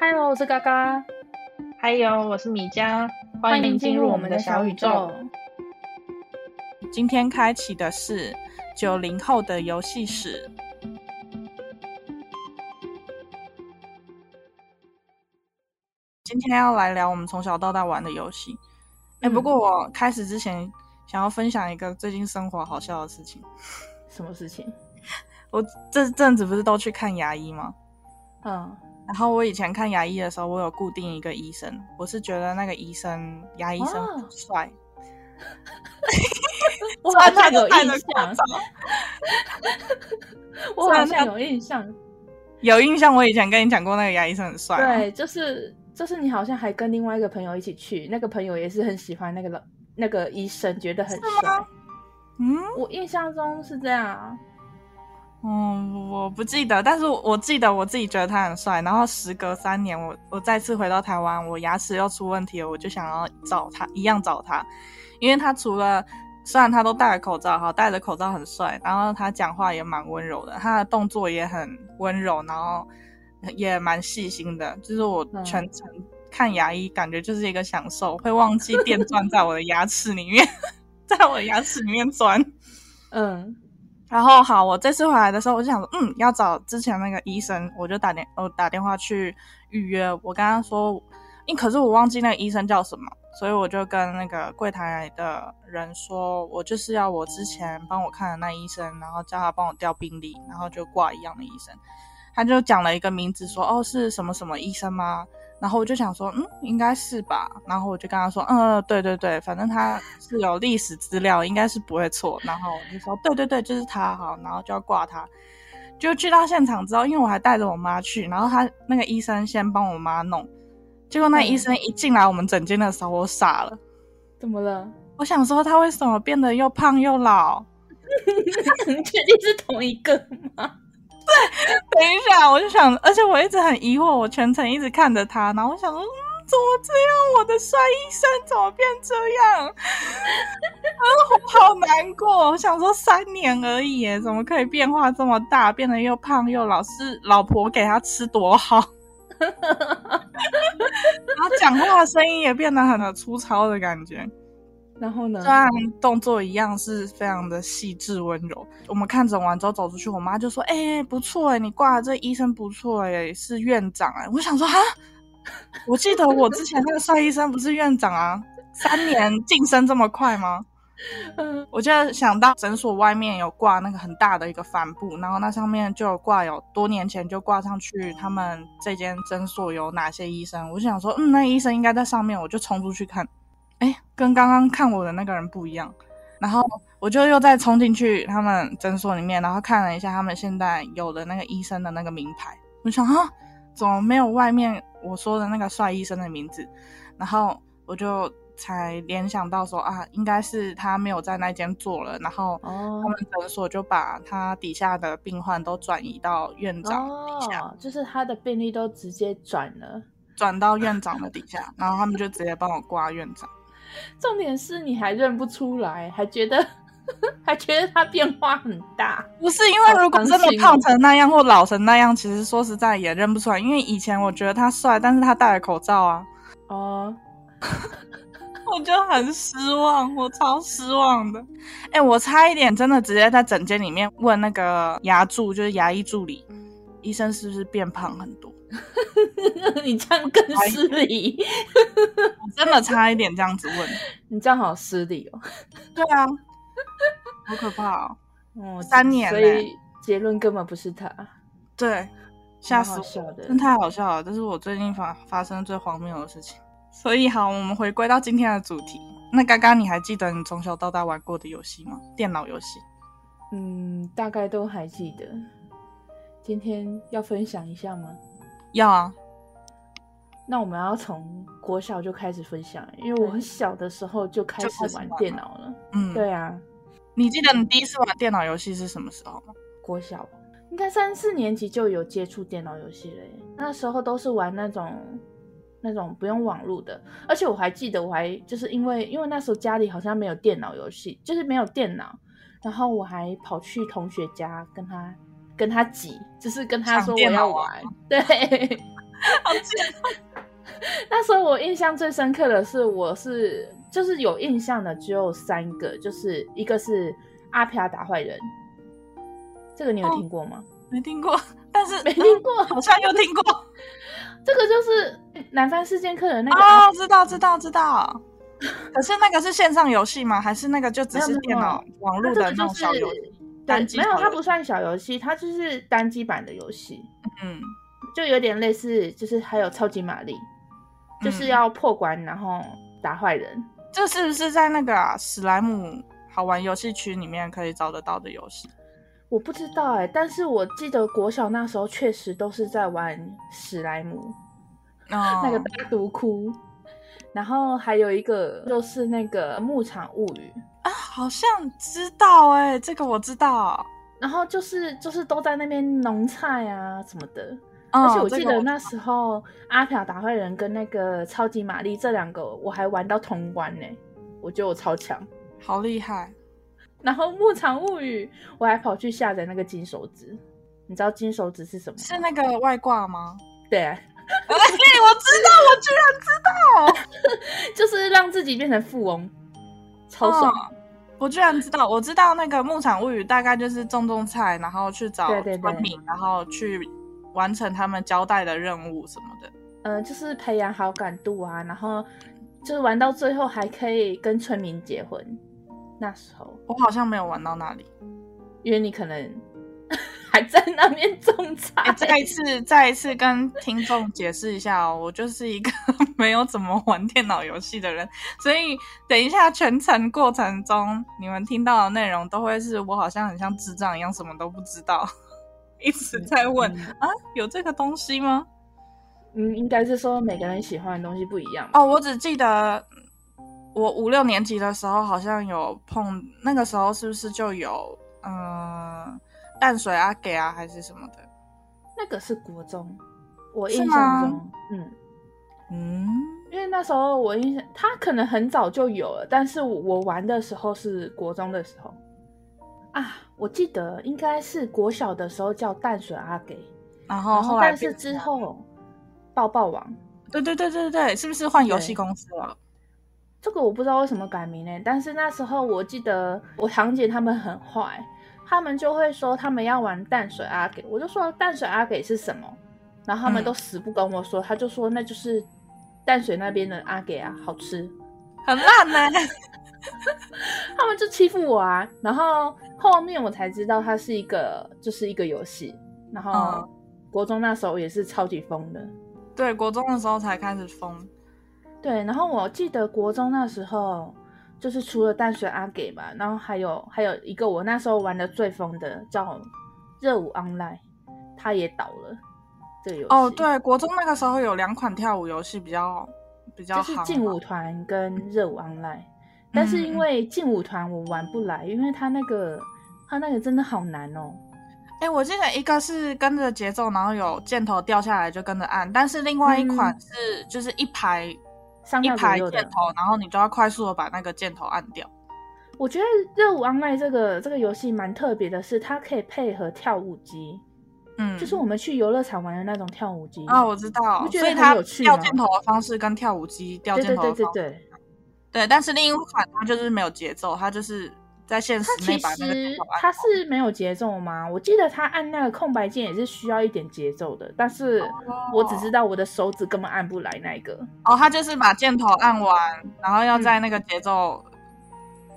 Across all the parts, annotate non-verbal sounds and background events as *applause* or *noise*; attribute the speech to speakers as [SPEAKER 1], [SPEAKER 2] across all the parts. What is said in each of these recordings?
[SPEAKER 1] 嗨喽，我是嘎嘎，
[SPEAKER 2] 还有，我是米江，欢迎进入我们的小宇宙。。
[SPEAKER 3] 今天开启的是九零后的游戏史。今天要来聊我们从小到大玩的游戏。哎、
[SPEAKER 1] 嗯
[SPEAKER 3] 不过我开始之前想要分享一个最近生活好笑的事情。
[SPEAKER 1] 什么事情？
[SPEAKER 3] 我这阵子不是都去看牙医吗？
[SPEAKER 1] 嗯，
[SPEAKER 3] 然后我以前看牙医的时候，我有固定一个医生，我是觉得那个医生牙医
[SPEAKER 2] 啊
[SPEAKER 3] 生
[SPEAKER 1] 哦
[SPEAKER 3] 很帅，
[SPEAKER 1] 我
[SPEAKER 3] 虽
[SPEAKER 1] 好
[SPEAKER 3] 然他
[SPEAKER 1] 像有
[SPEAKER 3] 就戴
[SPEAKER 1] 印
[SPEAKER 3] 着
[SPEAKER 1] 象
[SPEAKER 3] 口，罩
[SPEAKER 1] *laughs* 我好像有印象。
[SPEAKER 3] 有印象，我以前跟你讲过那个牙医生很帅、啊。
[SPEAKER 1] 对，就是就是你好像还跟另外一个朋友一起去，那个朋友也是很喜欢那个老那个医生，觉得很帅。
[SPEAKER 3] 嗯
[SPEAKER 1] 我印象中是这样啊。
[SPEAKER 3] 嗯，我不记得，但是我我记得我自己觉得他很帅。然后时隔三年，我我再次回到台湾，我牙齿又出问题了，我就想要找他，一样找他，因为他除了虽然他都戴了口罩，哈，戴着口罩很帅，然后他讲话也蛮温柔的，他的动作也很温柔，然后也蛮细心的，就是我
[SPEAKER 1] 嗯
[SPEAKER 3] 全程看牙医，感觉就是一个享受，会忘记电钻在我的牙齿里面， *laughs* 在我的牙齿里面钻。
[SPEAKER 1] 嗯，
[SPEAKER 3] 然后好，我这次回来的时候，我就想说，嗯，要找之前那个医生，我就打电，我打电话去预约。我跟他说，因可是我忘记那个医生叫什么，所以我就跟那个柜台的人说，我就是要我之前帮我看的那医生，然后叫他帮我调病历，然后就挂一样的医生。他就讲了一个名字说，哦，是什么什么医生吗？然后我就想说，嗯，应该是吧。然后我就跟他说，嗯，对对对，反正他是有历史资料，应该是不会错。然后我就说，对对对，就是他，好，然后就要挂他。就去到现场之后，因为我还带着我妈去，然后他那个医生先帮我妈弄，结果那医生一进来我们诊间的时候，我傻了，
[SPEAKER 1] 怎么了？
[SPEAKER 3] 我想说他为什么变得又胖又老？
[SPEAKER 1] 你确定是同一个吗？
[SPEAKER 3] *laughs* 等一下，我就想，而且我一直很疑惑，我全程一直看着他，然后我想说，嗯，怎么这样？我的帅医生怎么变这样？ *laughs* 然后我好难过，我想说三年而已耶，怎么可以变化这么大，变得又胖又老？是老婆给他吃多好？然后讲话的声音也变得很粗糙的感觉。
[SPEAKER 1] 然后呢哦
[SPEAKER 3] 虽？然动作一样是非常的细致温柔。我们看诊完之后走出去，我妈就说：“哎、不错哎、你挂的这医生不错哎、是院长哎、我想说啊， *laughs* 我记得我之前那个帅医生不是院长啊，三年晋升这么快吗？
[SPEAKER 1] 嗯
[SPEAKER 3] 我就想到诊所外面有挂那个很大的一个帆布，然后那上面就有挂有多年前就挂上去他们这间诊所有哪些医生。我就想说，嗯，那医生应该在上面，我就冲出去看。哎，跟刚刚看我的那个人不一样。然后我就又再冲进去他们诊所里面，然后看了一下他们现在有的那个医生的那个名牌，我想啊，怎么没有外面我说的那个帅医生的名字？然后我就才联想到说啊，应该是他没有在那间做了，然后
[SPEAKER 1] 哦
[SPEAKER 3] 他们诊所就把他底下的病患都转移到院长底下，
[SPEAKER 1] 哦，就是他的病例都直接转了。
[SPEAKER 3] 转到院长的底下，然后他们就直接帮我挂院长。
[SPEAKER 1] 重点是你还认不出来，还觉得 *laughs* 还觉得他变化很大。
[SPEAKER 3] 不是因为如果真
[SPEAKER 1] 好伤
[SPEAKER 3] 的
[SPEAKER 1] 心哦
[SPEAKER 3] 胖成那样或老成那样，其实说实在也认不出来。因为以前我觉得他帅，但是他戴了口罩啊，
[SPEAKER 1] 哦，
[SPEAKER 3] *laughs*
[SPEAKER 1] *laughs*
[SPEAKER 3] 我就很失望，我超失望的。哎、我差一点真的直接在诊间里面问那个牙助，就是牙医助理，医生是不是变胖很多？
[SPEAKER 1] 你这样更失礼，
[SPEAKER 3] 我真的差一点这样子问。
[SPEAKER 1] 你这样好失礼哦。
[SPEAKER 3] *laughs* 对啊，好可怕哦。
[SPEAKER 1] 哦，
[SPEAKER 3] 三年
[SPEAKER 1] 所
[SPEAKER 3] 嘞
[SPEAKER 1] 以结论根本不是他，
[SPEAKER 3] 对，吓死
[SPEAKER 1] 蛮好
[SPEAKER 3] 我
[SPEAKER 1] 笑
[SPEAKER 3] 了，
[SPEAKER 1] 的
[SPEAKER 3] 真太好笑了。这是我最近发发生最荒谬的事情。所以好，我们回归到今天的主题。那刚刚你还记得你从小到大玩过的游戏吗？电脑游戏？
[SPEAKER 1] 嗯，大概都还记得。今天要分享一下吗？
[SPEAKER 3] 要啊，
[SPEAKER 1] 那我们要从国小就开始分享，因为我很小的时候就开
[SPEAKER 3] 就
[SPEAKER 1] 始
[SPEAKER 3] 开始
[SPEAKER 1] 玩
[SPEAKER 3] 玩了
[SPEAKER 1] 电脑了。
[SPEAKER 3] 嗯，。
[SPEAKER 1] 对啊，
[SPEAKER 3] 你记得你第一次玩电脑游戏是什么时候吗？
[SPEAKER 1] 国小应该三四年级就有接触电脑游戏了耶，那时候都是玩那种那种不用网络的，而且我还记得，我还就是因为因为那时候家里好像没有电脑游戏，就是没有电脑，然后我还跑去同学家跟他跟他挤，就是跟他说
[SPEAKER 3] 抢
[SPEAKER 1] 我
[SPEAKER 3] 电脑
[SPEAKER 1] 要
[SPEAKER 3] 啊
[SPEAKER 1] 玩。对，
[SPEAKER 3] *laughs* 好贱哦
[SPEAKER 1] 那时候我印象最深刻的是，我是就是有印象的只有三个，就是一个是阿飘打坏人，这个你有
[SPEAKER 3] 哦
[SPEAKER 1] 听过吗？
[SPEAKER 3] 没听过，但
[SPEAKER 1] *laughs*
[SPEAKER 3] 是
[SPEAKER 1] 没听
[SPEAKER 3] 嗯
[SPEAKER 1] 过
[SPEAKER 3] 好像有听过
[SPEAKER 1] 这个就是南方四剑客的那个啊阿
[SPEAKER 3] 哦，知道知道知道。可是那个是线上游戏吗？还是那个就只是
[SPEAKER 1] 没有没有
[SPEAKER 3] 电脑网
[SPEAKER 1] 那
[SPEAKER 3] 络
[SPEAKER 1] 这个
[SPEAKER 3] 的那
[SPEAKER 1] 就
[SPEAKER 3] 种
[SPEAKER 1] 是
[SPEAKER 3] 小游戏？单
[SPEAKER 1] 对，
[SPEAKER 3] 机
[SPEAKER 1] 没有，
[SPEAKER 3] 小
[SPEAKER 1] 它
[SPEAKER 3] 游
[SPEAKER 1] 不算小游戏，它就是单机版的游戏，
[SPEAKER 3] 嗯，
[SPEAKER 1] 就有点类似，就是还有超级玛丽，就是
[SPEAKER 3] 嗯
[SPEAKER 1] 要破关然后打坏人。
[SPEAKER 3] 这是不是在那个啊史莱姆好玩游戏区里面可以找得到的游戏？
[SPEAKER 1] 我不知道哎、但是我记得国小那时候确实都是在玩史莱姆，
[SPEAKER 3] 哦，
[SPEAKER 1] 那个大毒窟，然后还有一个就是那个牧场物语，
[SPEAKER 3] 啊，好像知道哎、这个我知道。
[SPEAKER 1] 然后就是就是都在那边农菜啊什么的。
[SPEAKER 3] 嗯
[SPEAKER 1] 而且我
[SPEAKER 3] 这
[SPEAKER 1] 记
[SPEAKER 3] 个
[SPEAKER 1] 得那时候《阿飘打坏人》跟那个《超级玛丽》这两个，我还玩到通关呢、我觉得我超强。
[SPEAKER 3] 好厉害，
[SPEAKER 1] 然后《牧场物语》，我还跑去下载那个金手指。你知道金手指是什么吗？
[SPEAKER 3] 是那个外挂吗？
[SPEAKER 1] 对啊、 *laughs*
[SPEAKER 3] 哎、我知道，我居然知
[SPEAKER 1] 就是让自己变成富翁，超爽。
[SPEAKER 3] 哦我居然知道，我知道那个牧场物语大概就是种种菜，然后去找
[SPEAKER 1] 对对对
[SPEAKER 3] 村民，然后去完成他们交代的任务什么的。
[SPEAKER 1] 嗯、就是培养好感度啊，然后就是玩到最后还可以跟村民结婚。那时候，
[SPEAKER 3] 我好像没有玩到那里。
[SPEAKER 1] 因为你可能 *laughs* 还在那边种菜。
[SPEAKER 3] *laughs* 哎再一次，再一次跟听众解释一下哦，我就是一个 *laughs* 没有怎么玩电脑游戏的人，所以等一下全程过程中，你们听到的内容都会是我好像很像智障一样，什么都不知道， *laughs* 一直在问、啊，有这个东西吗？
[SPEAKER 1] 嗯，应该是说每个人喜欢的东西不一样吧。
[SPEAKER 3] 哦，我只记得我五六年级的时候好像有碰，那个时候是不是就有嗯、呃淡水阿给啊还是什么的？
[SPEAKER 1] 那个是国中，我
[SPEAKER 3] 是
[SPEAKER 1] 印
[SPEAKER 3] 吗
[SPEAKER 1] 象中，嗯，
[SPEAKER 3] 嗯。
[SPEAKER 1] 因为那时候我印象他可能很早就有了，但是我我玩的时候是国中的时候啊，我记得应该是国小的时候叫淡水阿给，
[SPEAKER 3] 然
[SPEAKER 1] 然
[SPEAKER 3] 后
[SPEAKER 1] 后
[SPEAKER 3] 哦后来
[SPEAKER 1] 但是
[SPEAKER 3] 变
[SPEAKER 1] 之
[SPEAKER 3] 成
[SPEAKER 1] 后抱抱王
[SPEAKER 3] 对对对对对，是不是换游戏
[SPEAKER 1] 对
[SPEAKER 3] 公司了？
[SPEAKER 1] 这个我不知道为什么改名呢、但是那时候我记得我堂姐他们很坏，他们就会说他们要玩淡水阿给，我就说淡水阿给是什么，然后他们
[SPEAKER 3] 嗯
[SPEAKER 1] 都死不跟我说，他就说那就是淡水那边的阿给啊，好吃，
[SPEAKER 3] 很烂呢、 *laughs*
[SPEAKER 1] 他们就欺负我啊。然后后面我才知道它是一个就是一个游戏，然后
[SPEAKER 3] 嗯
[SPEAKER 1] 国中那时候也是超级疯的，
[SPEAKER 3] 对，国中的时候才开始疯。
[SPEAKER 1] 对，然后我记得国中那时候，就是除了淡水阿给吧，然后还有还有一个我那时候玩的最疯的叫热舞 online，它也倒了这个游戏。
[SPEAKER 3] 哦，，对，国中那个时候有两款跳舞游戏比较比较嗯
[SPEAKER 1] 就是
[SPEAKER 3] 好。
[SPEAKER 1] 劲舞团跟热舞 online，但是因为劲舞团我玩不来，因为它那个它那个真的好难哦。
[SPEAKER 3] 哎、我记得一个是跟着节奏，然后有箭头掉下来就跟着按，但是另外一款是、
[SPEAKER 1] 嗯
[SPEAKER 3] 就是一排
[SPEAKER 1] 上
[SPEAKER 3] 一
[SPEAKER 1] 下左
[SPEAKER 3] 排
[SPEAKER 1] 右
[SPEAKER 3] 箭
[SPEAKER 1] 的，
[SPEAKER 3] 头，然后你就要快速的把那个箭头按掉。
[SPEAKER 1] 我觉得热舞 online 这个这个游戏蛮特别的是，它可以配合跳舞机，
[SPEAKER 3] 嗯，
[SPEAKER 1] 就是我们去游乐场玩的那种跳舞机
[SPEAKER 3] 啊、我知道，
[SPEAKER 1] 你不觉得
[SPEAKER 3] 所以
[SPEAKER 1] 很
[SPEAKER 3] 它
[SPEAKER 1] 有趣
[SPEAKER 3] 掉
[SPEAKER 1] 吗
[SPEAKER 3] 箭头的方式跟跳舞机掉
[SPEAKER 1] 对
[SPEAKER 3] 箭
[SPEAKER 1] 对
[SPEAKER 3] 头的
[SPEAKER 1] 对
[SPEAKER 3] 方式
[SPEAKER 1] 对对。
[SPEAKER 3] 对，但是另一款它就是没有节奏，它就是在现实
[SPEAKER 1] 它
[SPEAKER 3] 内
[SPEAKER 1] 其
[SPEAKER 3] 把那个节
[SPEAKER 1] 实
[SPEAKER 3] 奏按
[SPEAKER 1] 它是没有节奏吗？我记得它按那个空白键也是需要一点节奏的，但是我只知道我的手指根本按不来那一个。
[SPEAKER 3] 哦，它就是把箭头按完，然后
[SPEAKER 1] 嗯
[SPEAKER 3] 要在那个节奏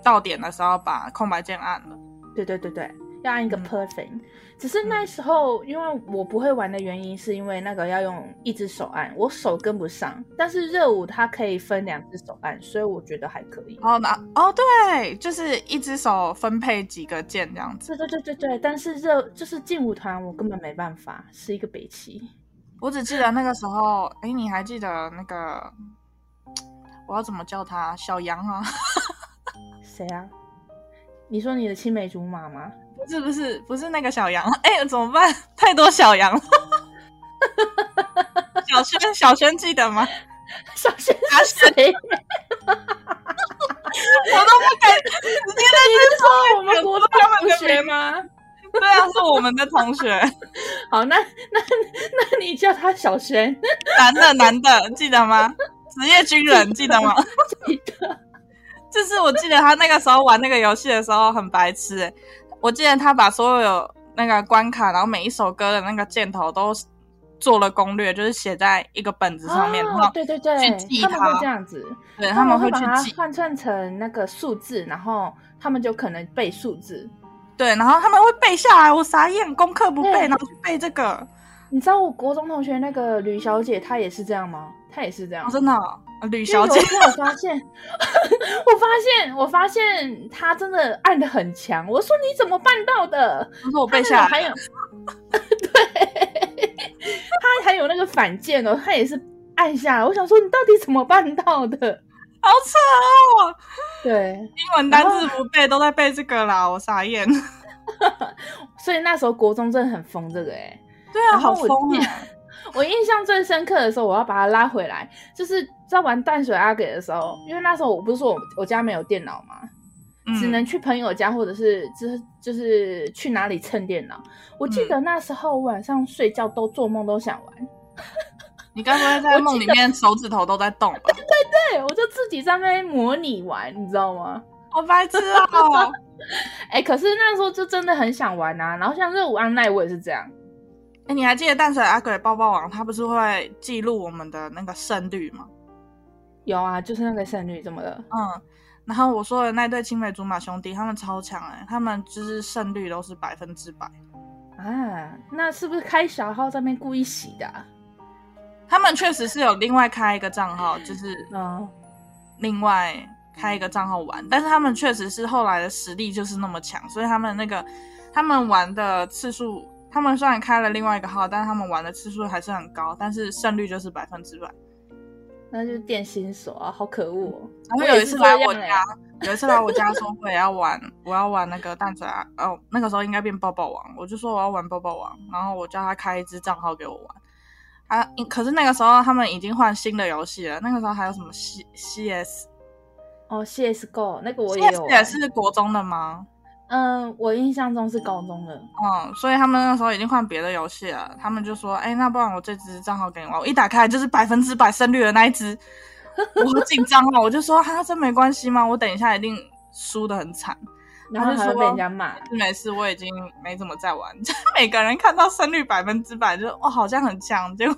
[SPEAKER 3] 到点的时候把空白键按了。
[SPEAKER 1] 对对对对，要按一个
[SPEAKER 3] 嗯
[SPEAKER 1] perfect、只是那时候因为我不会玩的原因，是因为那个要用一只手按，我手跟不上。但是热舞它可以分两只手按，所以我觉得还可以。
[SPEAKER 3] 哦，那哦对，就是一只手分配几个键这样子。
[SPEAKER 1] 对对对对对，但是热就是劲舞团，我根本没办法，是一个北齐。
[SPEAKER 3] 我只记得那个时候，哎，你还记得那个我要怎么叫他小杨啊？
[SPEAKER 1] 谁啊？你说你的青梅竹马吗？
[SPEAKER 3] *laughs* 不是不是不是那个小羊，哎、怎么办？太多小羊了。小轩小轩记得吗？
[SPEAKER 1] 小轩是
[SPEAKER 3] *laughs*
[SPEAKER 1] 谁？
[SPEAKER 3] 我都不敢直接在这
[SPEAKER 1] 说我们国中
[SPEAKER 3] 他们
[SPEAKER 1] 同
[SPEAKER 3] 的
[SPEAKER 1] 学
[SPEAKER 3] 名
[SPEAKER 1] 吗？
[SPEAKER 3] *laughs* 对啊，是我们的同学，
[SPEAKER 1] 好，那那那你叫他小轩，
[SPEAKER 3] 男的男的，记得吗？职业军人，记 *laughs* 得吗？
[SPEAKER 1] 记得。
[SPEAKER 3] 就是我记得他那个时候玩那个游戏的时候很白痴、欸，我记得他把所有那个关卡，然后每一首歌的那个箭头都做了攻略，就是写在一个本子上面，然
[SPEAKER 1] 哦
[SPEAKER 3] 后，
[SPEAKER 1] 对对对
[SPEAKER 3] 去，记
[SPEAKER 1] 他们会
[SPEAKER 3] 它
[SPEAKER 1] 这样子，
[SPEAKER 3] 对啊他们
[SPEAKER 1] 会
[SPEAKER 3] 会
[SPEAKER 1] 把
[SPEAKER 3] 去
[SPEAKER 1] 它
[SPEAKER 3] 记，
[SPEAKER 1] 换算成那个数字，然后他们就可能背数字。
[SPEAKER 3] 对，然后他们会背下来，我傻眼，功课不
[SPEAKER 1] 对
[SPEAKER 3] 背，然后去背这个，
[SPEAKER 1] 你知道我国中同学那个吕小姐，她也是这样吗？她也是这样
[SPEAKER 3] 哦、。真的哦、吕
[SPEAKER 1] 因为
[SPEAKER 3] 小姐
[SPEAKER 1] 有一天我发现， *laughs* 我发现，我发现她真的按的很强。我说你怎么办到的？*laughs*
[SPEAKER 3] 我说我
[SPEAKER 1] 她
[SPEAKER 3] 背
[SPEAKER 1] 那
[SPEAKER 3] 下
[SPEAKER 1] 个
[SPEAKER 3] 来
[SPEAKER 1] 还有，对，她还有那个反键哦，她也是按下来。我想说你到底怎么办到的？
[SPEAKER 3] 好扯哦，
[SPEAKER 1] 对，
[SPEAKER 3] 英文单字不背都在背这个啦，我傻眼。
[SPEAKER 1] 所以那时候国中真的很疯这个哎、
[SPEAKER 3] 对啊，
[SPEAKER 1] 然后
[SPEAKER 3] 好
[SPEAKER 1] 我
[SPEAKER 3] 疯
[SPEAKER 1] 记
[SPEAKER 3] 啊！
[SPEAKER 1] 我印象最深刻的时候，我要把它拉回来，就是在玩淡水阿给的时候，因为那时候我不是说我我家没有电脑嘛，
[SPEAKER 3] 嗯
[SPEAKER 1] 只能去朋友家或者是就是就是去哪里蹭电脑。我记得那时候晚上睡觉都做梦都想玩，
[SPEAKER 3] 你该不会在梦里面手指头都在动吧？
[SPEAKER 1] 对我就自己在那边模拟玩，你知道吗？
[SPEAKER 3] *laughs* 好白痴哦！
[SPEAKER 1] 哎、可是那时候就真的很想玩啊。然后像热舞 online 我也是这样，
[SPEAKER 3] *laughs* 哎，你还记得淡水阿鬼抱抱网，它不是会记录我们的那个胜率吗？
[SPEAKER 1] 有啊，就是那个剩女怎么了？
[SPEAKER 3] 嗯，然后我说的那对青梅竹马兄弟，他们超强哎、他们就是胜率都是百分之百。
[SPEAKER 1] 啊，那是不是开小号在那边故意洗的、啊？
[SPEAKER 3] 他们确实是有另外开一个账号，就是
[SPEAKER 1] 嗯，
[SPEAKER 3] 另外开一个账号玩，但是他们确实是后来的实力就是那么强，所以他们那个他们玩的次数，他们虽然开了另外一个号，但是他们玩的次数还是很高，但是胜率就是百分之百。
[SPEAKER 1] 那就是电新手啊，好可恶哦！
[SPEAKER 3] 然后
[SPEAKER 1] 也
[SPEAKER 3] 有一
[SPEAKER 1] 是
[SPEAKER 3] 次
[SPEAKER 1] 这
[SPEAKER 3] 来
[SPEAKER 1] 样
[SPEAKER 3] 我
[SPEAKER 1] 欸
[SPEAKER 3] 家，有一次来我家说我也要玩，我要玩那个淡水啊，哦，那个时候应该变抱抱王，我就说我要玩抱抱王，然后我叫他开一支账号给我玩。啊，因可是那个时候他们已经换新的游戏了，那个时候还有什么 C C S，
[SPEAKER 1] 哦，CSGO 那个我也有
[SPEAKER 3] CS
[SPEAKER 1] 玩，
[SPEAKER 3] 也是国中的吗？
[SPEAKER 1] 嗯，我印象中是高中的，
[SPEAKER 3] 嗯，所以他们那时候已经换别的游戏了，他们就说，哎、那不然我这支账号给你玩，我一打开就是百分之百胜率的那一只，我好紧张啊，我就说，哈、这没关系吗？我等一下一定输的很惨。
[SPEAKER 1] 然后
[SPEAKER 3] 就
[SPEAKER 1] 还会
[SPEAKER 3] 说
[SPEAKER 1] 被人家骂。
[SPEAKER 3] 是没事，我已经没怎么在玩。 *laughs* 就是每个人看到胜率百分之百，就哦好像很强，结果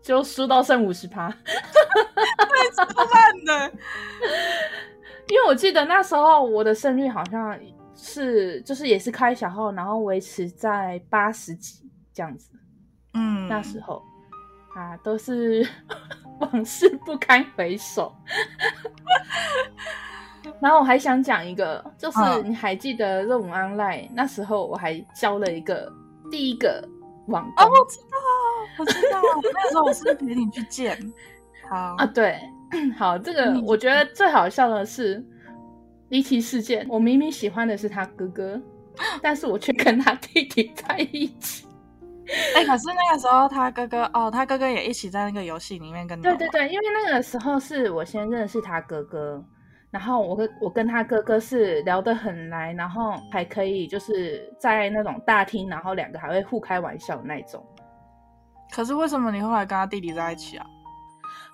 [SPEAKER 1] 就输到剩五十趴，
[SPEAKER 3] 烂的。
[SPEAKER 1] 因为我记得那时候我的胜率好像是就是也是开小号，然后维持在八十几这样子。
[SPEAKER 3] 嗯，
[SPEAKER 1] 那时候啊，都是 *laughs* 往事不堪回首。 *laughs* 然后我还想讲一个，就是
[SPEAKER 3] 嗯
[SPEAKER 1] 你还记得热舞 online 那时候，我还交了一个第一个网
[SPEAKER 3] 哦，
[SPEAKER 1] 工、
[SPEAKER 3] 我知道，我知道，那时候我是陪你去见。好，
[SPEAKER 1] 啊，对， *coughs* 好，这个
[SPEAKER 3] 嗯
[SPEAKER 1] 我觉得最好笑的是离奇事件，我明明喜欢的是他哥
[SPEAKER 3] *gasps*
[SPEAKER 1] 哥，但是我却跟他弟弟在一起。
[SPEAKER 3] 哎、可是那个时候他哥哥哦，他哥哥也一起在那个游戏里面跟你
[SPEAKER 1] 对
[SPEAKER 3] 玩。
[SPEAKER 1] 对对，因为那个时候是我先认识他哥哥，然后我跟我跟他哥哥是聊得很来，然后还可以就是在那种大厅，然后两个还会互开玩笑的那种。
[SPEAKER 3] 可是为什么你后来跟他弟弟在一起啊？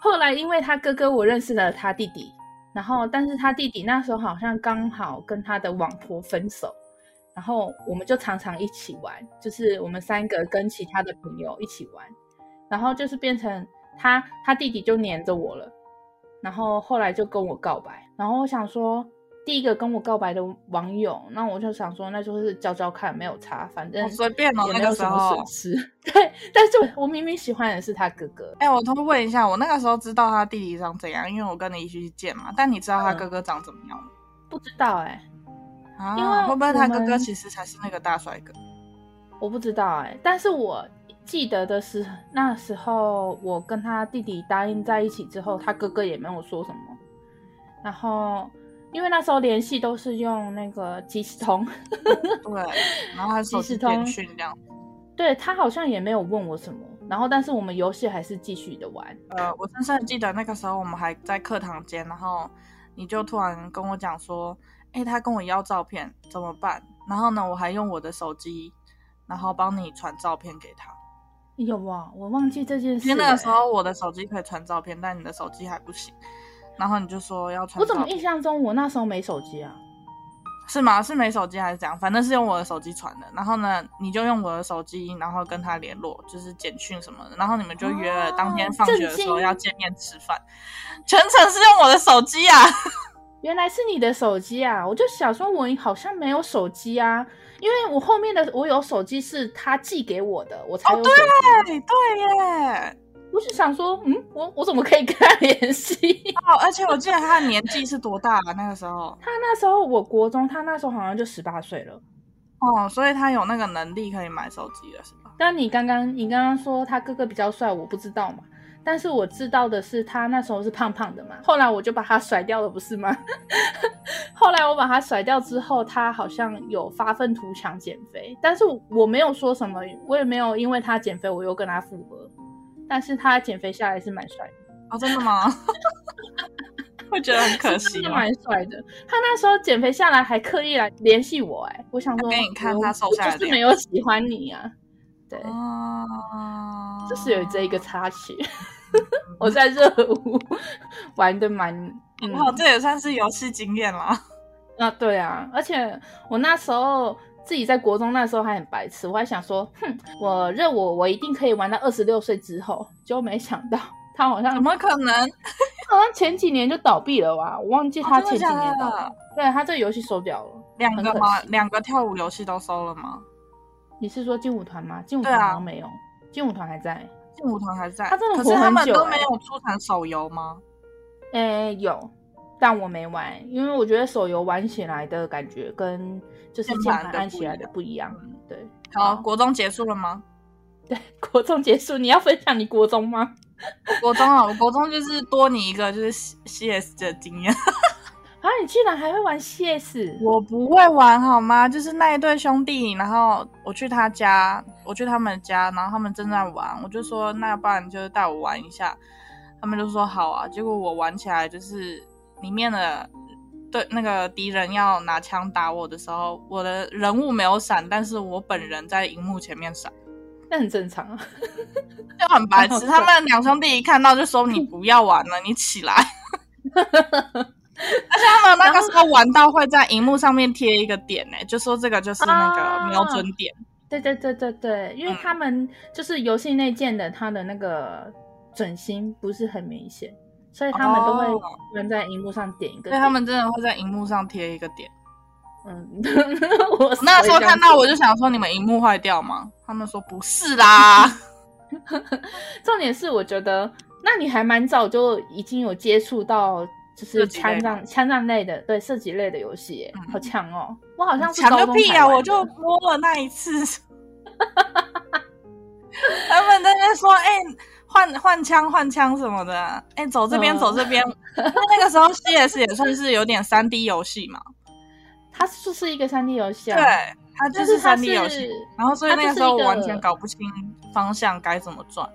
[SPEAKER 1] 后来因为他哥哥，我认识了他弟弟，然后但是他弟弟那时候好像刚好跟他的网婆分手，然后我们就常常一起玩，就是我们三个跟其他的朋友一起玩，然后就是变成他他弟弟就黏着我了，然后后来就跟我告白，然后我想说。第一个跟我告白的网友，那我就想说，那就是交交看，没有差，反正
[SPEAKER 3] 我随便哦，
[SPEAKER 1] 也
[SPEAKER 3] 那
[SPEAKER 1] 没有
[SPEAKER 3] 个时
[SPEAKER 1] 什么
[SPEAKER 3] 候
[SPEAKER 1] 损。失。 *laughs* 对，但是我我明明喜欢的是他哥哥，
[SPEAKER 3] 哎、我偷偷问一下，我那个时候知道他弟弟长怎样，因为我跟你一起去见嘛。但你知道他
[SPEAKER 1] 嗯
[SPEAKER 3] 哥哥长怎么样吗？
[SPEAKER 1] 不知道哎、因为
[SPEAKER 3] 啊，会不会
[SPEAKER 1] 我
[SPEAKER 3] 他哥哥
[SPEAKER 1] 们
[SPEAKER 3] 其实才是那个大帅哥？
[SPEAKER 1] 我不知道哎、但是我记得的是那时候我跟他弟弟答应在一起之后，他哥哥也没有说什么。然后因为那时候联系都是用那个即时通， *laughs*
[SPEAKER 3] 对，然后他手
[SPEAKER 1] 即时
[SPEAKER 3] 机
[SPEAKER 1] 通
[SPEAKER 3] 简讯这样。
[SPEAKER 1] 对他好像也没有问我什么。然后但是我们游戏还是继续的玩，
[SPEAKER 3] 呃，我深深的记得那个时候我们还在课堂间，然后你就突然跟我讲说：“哎、他跟我要照片怎么办？”然后呢，我还用我的手机，然后帮你传照片给他。
[SPEAKER 1] 有啊，我忘记这件事、
[SPEAKER 3] 因
[SPEAKER 1] 欸。
[SPEAKER 3] 为那个时候我的手机可以传照片，但你的手机还不行。然后你就说要传照片，
[SPEAKER 1] 我怎么印象中我那时候没手机啊？
[SPEAKER 3] 是吗？是没手机还是怎样？反正是用我的手机传的。然后呢，你就用我的手机，然后跟他联络，就是简讯什么的。然后你们就约了
[SPEAKER 1] 哦
[SPEAKER 3] 当天放学的时
[SPEAKER 1] 震
[SPEAKER 3] 候
[SPEAKER 1] 惊
[SPEAKER 3] 要见面吃饭。全程是用我的手机啊！
[SPEAKER 1] 原来是你的手机啊！我就想说，我好像没有手机啊，因为我后面的我有手机是他寄给我的，我
[SPEAKER 3] 哦
[SPEAKER 1] 才有手机。
[SPEAKER 3] 对对耶！
[SPEAKER 1] 我就想说，嗯，我我怎么可以跟他联系？ *laughs*
[SPEAKER 3] 哦，而且我记得他的年纪是多大啊？那个时候
[SPEAKER 1] 他那时候我国中，他那时候好像就十八岁了。
[SPEAKER 3] 哦，所以他有那个能力可以买手机了，是吧？
[SPEAKER 1] 但你刚刚你刚刚说他哥哥比较帅，我不知道嘛。但是我知道的是，他那时候是胖胖的嘛。后来我就把他甩掉了，不是吗？ *laughs* 后来我把他甩掉之后，他好像有发愤图强减肥，但是我没有说什么，我也没有因为他减肥我又跟他复合。但是他减肥下来是蛮帅的。
[SPEAKER 3] 哦，真的吗？ *laughs* 会觉得很可惜哦
[SPEAKER 1] 真的
[SPEAKER 3] 吗？
[SPEAKER 1] 蛮帅的。他那时候减肥下来还刻意来联系我、哎，我想说
[SPEAKER 3] 给你看
[SPEAKER 1] 我
[SPEAKER 3] 他瘦下来
[SPEAKER 1] 我
[SPEAKER 3] 的哦
[SPEAKER 1] 就是
[SPEAKER 3] 脸
[SPEAKER 1] 没有喜欢你啊。对，
[SPEAKER 3] 哦，
[SPEAKER 1] 就是有这一个插曲。 *laughs* 我在热舞玩的蛮，嗯
[SPEAKER 3] 哦，这也算是游戏经验啦。
[SPEAKER 1] 啊，对啊，而且我那时候。自己在国中那时候还很白痴，我还想说，哼，我热舞我一定可以玩到二十六岁之后，结果没想到他好像
[SPEAKER 3] 怎么可能？
[SPEAKER 1] 好像前几年就倒闭了哇，我忘记
[SPEAKER 3] 哦
[SPEAKER 1] 他前
[SPEAKER 3] 真的
[SPEAKER 1] 几
[SPEAKER 3] 假
[SPEAKER 1] 年
[SPEAKER 3] 的
[SPEAKER 1] 倒闭，对他这个游戏收掉了。
[SPEAKER 3] 两个
[SPEAKER 1] 很可
[SPEAKER 3] 吗？
[SPEAKER 1] 惜
[SPEAKER 3] 两个跳舞游戏都收了吗？
[SPEAKER 1] 你是说劲舞团吗？劲舞
[SPEAKER 3] 对
[SPEAKER 1] 团
[SPEAKER 3] 啊
[SPEAKER 1] 好像没有，劲舞团还在。
[SPEAKER 3] 劲舞团还在，
[SPEAKER 1] 他真的
[SPEAKER 3] 可是
[SPEAKER 1] 活
[SPEAKER 3] 他
[SPEAKER 1] 很
[SPEAKER 3] 们
[SPEAKER 1] 久
[SPEAKER 3] 都
[SPEAKER 1] 欸
[SPEAKER 3] 没有出产手游吗？
[SPEAKER 1] 诶、有，但我没玩，因为我觉得手游玩起来的感觉跟就是键
[SPEAKER 3] 键
[SPEAKER 1] 盘
[SPEAKER 3] 盘的
[SPEAKER 1] 按
[SPEAKER 3] 不
[SPEAKER 1] 起
[SPEAKER 3] 一嗯
[SPEAKER 1] 来的不一样。对，好
[SPEAKER 3] 好，国中结束了吗？
[SPEAKER 1] 国中结束，你要分享你国中吗？
[SPEAKER 3] 我国中啊，我国中就是多你一个就是 C S 的经验。
[SPEAKER 1] 啊，你居然还会玩 CS？
[SPEAKER 3] 我不会玩好吗？就是那一对兄弟，然后我去他家，我去他们家，然后他们正在玩，我就说那不然就是带我玩一下，他们就说好啊。结果我玩起来就是里面的对那个敌人要拿枪打我的时候，我的人物没有闪，但是我本人在荧幕前面闪。
[SPEAKER 1] 那很正常啊。 *laughs*
[SPEAKER 3] 就很白
[SPEAKER 1] 好
[SPEAKER 3] 痴，
[SPEAKER 1] 笑
[SPEAKER 3] 他们两兄弟一看到就说：“你不要玩了，你起来。”而且他们那个时候玩到会在荧幕上面贴一个点呢、就说这个就是那个
[SPEAKER 1] 啊
[SPEAKER 3] 瞄准点。
[SPEAKER 1] 对对对对对，因为
[SPEAKER 3] 嗯
[SPEAKER 1] 他们就是游戏内建的，他的那个准心不是很明显，所以他们都会
[SPEAKER 3] 哦
[SPEAKER 1] 人在荧幕上点一个
[SPEAKER 3] 所以
[SPEAKER 1] 点。
[SPEAKER 3] 他们真的会在荧幕上贴一个点。
[SPEAKER 1] 嗯， *laughs* 我
[SPEAKER 3] 我哦那时候看到我
[SPEAKER 1] 就。
[SPEAKER 3] 就想说：“你们荧幕坏掉吗？”他们说：“不是啦。 *laughs*
[SPEAKER 1] 重点是，我觉得那你还蛮早就已经有接触到，就是
[SPEAKER 3] 射击类
[SPEAKER 1] 枪战、枪战类的，对射击类的游戏耶，
[SPEAKER 3] 嗯
[SPEAKER 1] 好强哦！我好”像是
[SPEAKER 3] 抢
[SPEAKER 1] 高
[SPEAKER 3] 个
[SPEAKER 1] 中
[SPEAKER 3] 屁
[SPEAKER 1] 才
[SPEAKER 3] 啊！
[SPEAKER 1] 玩
[SPEAKER 3] 我就
[SPEAKER 1] 的
[SPEAKER 3] 摸了那一次。他们在那说：“哎、换换枪，换枪什么的、哎、走这边，
[SPEAKER 1] 嗯
[SPEAKER 3] 走这边。那那个时候 CS 也算是有点三 D 游戏嘛，
[SPEAKER 1] 它就是一个三 D 游戏啊，
[SPEAKER 3] 对，它就
[SPEAKER 1] 但是它
[SPEAKER 3] 三
[SPEAKER 1] 是
[SPEAKER 3] D 游戏。然后所以
[SPEAKER 1] 它就
[SPEAKER 3] 那个
[SPEAKER 1] 是
[SPEAKER 3] 时候
[SPEAKER 1] 一
[SPEAKER 3] 我
[SPEAKER 1] 个
[SPEAKER 3] 完全搞不清方向该怎么转。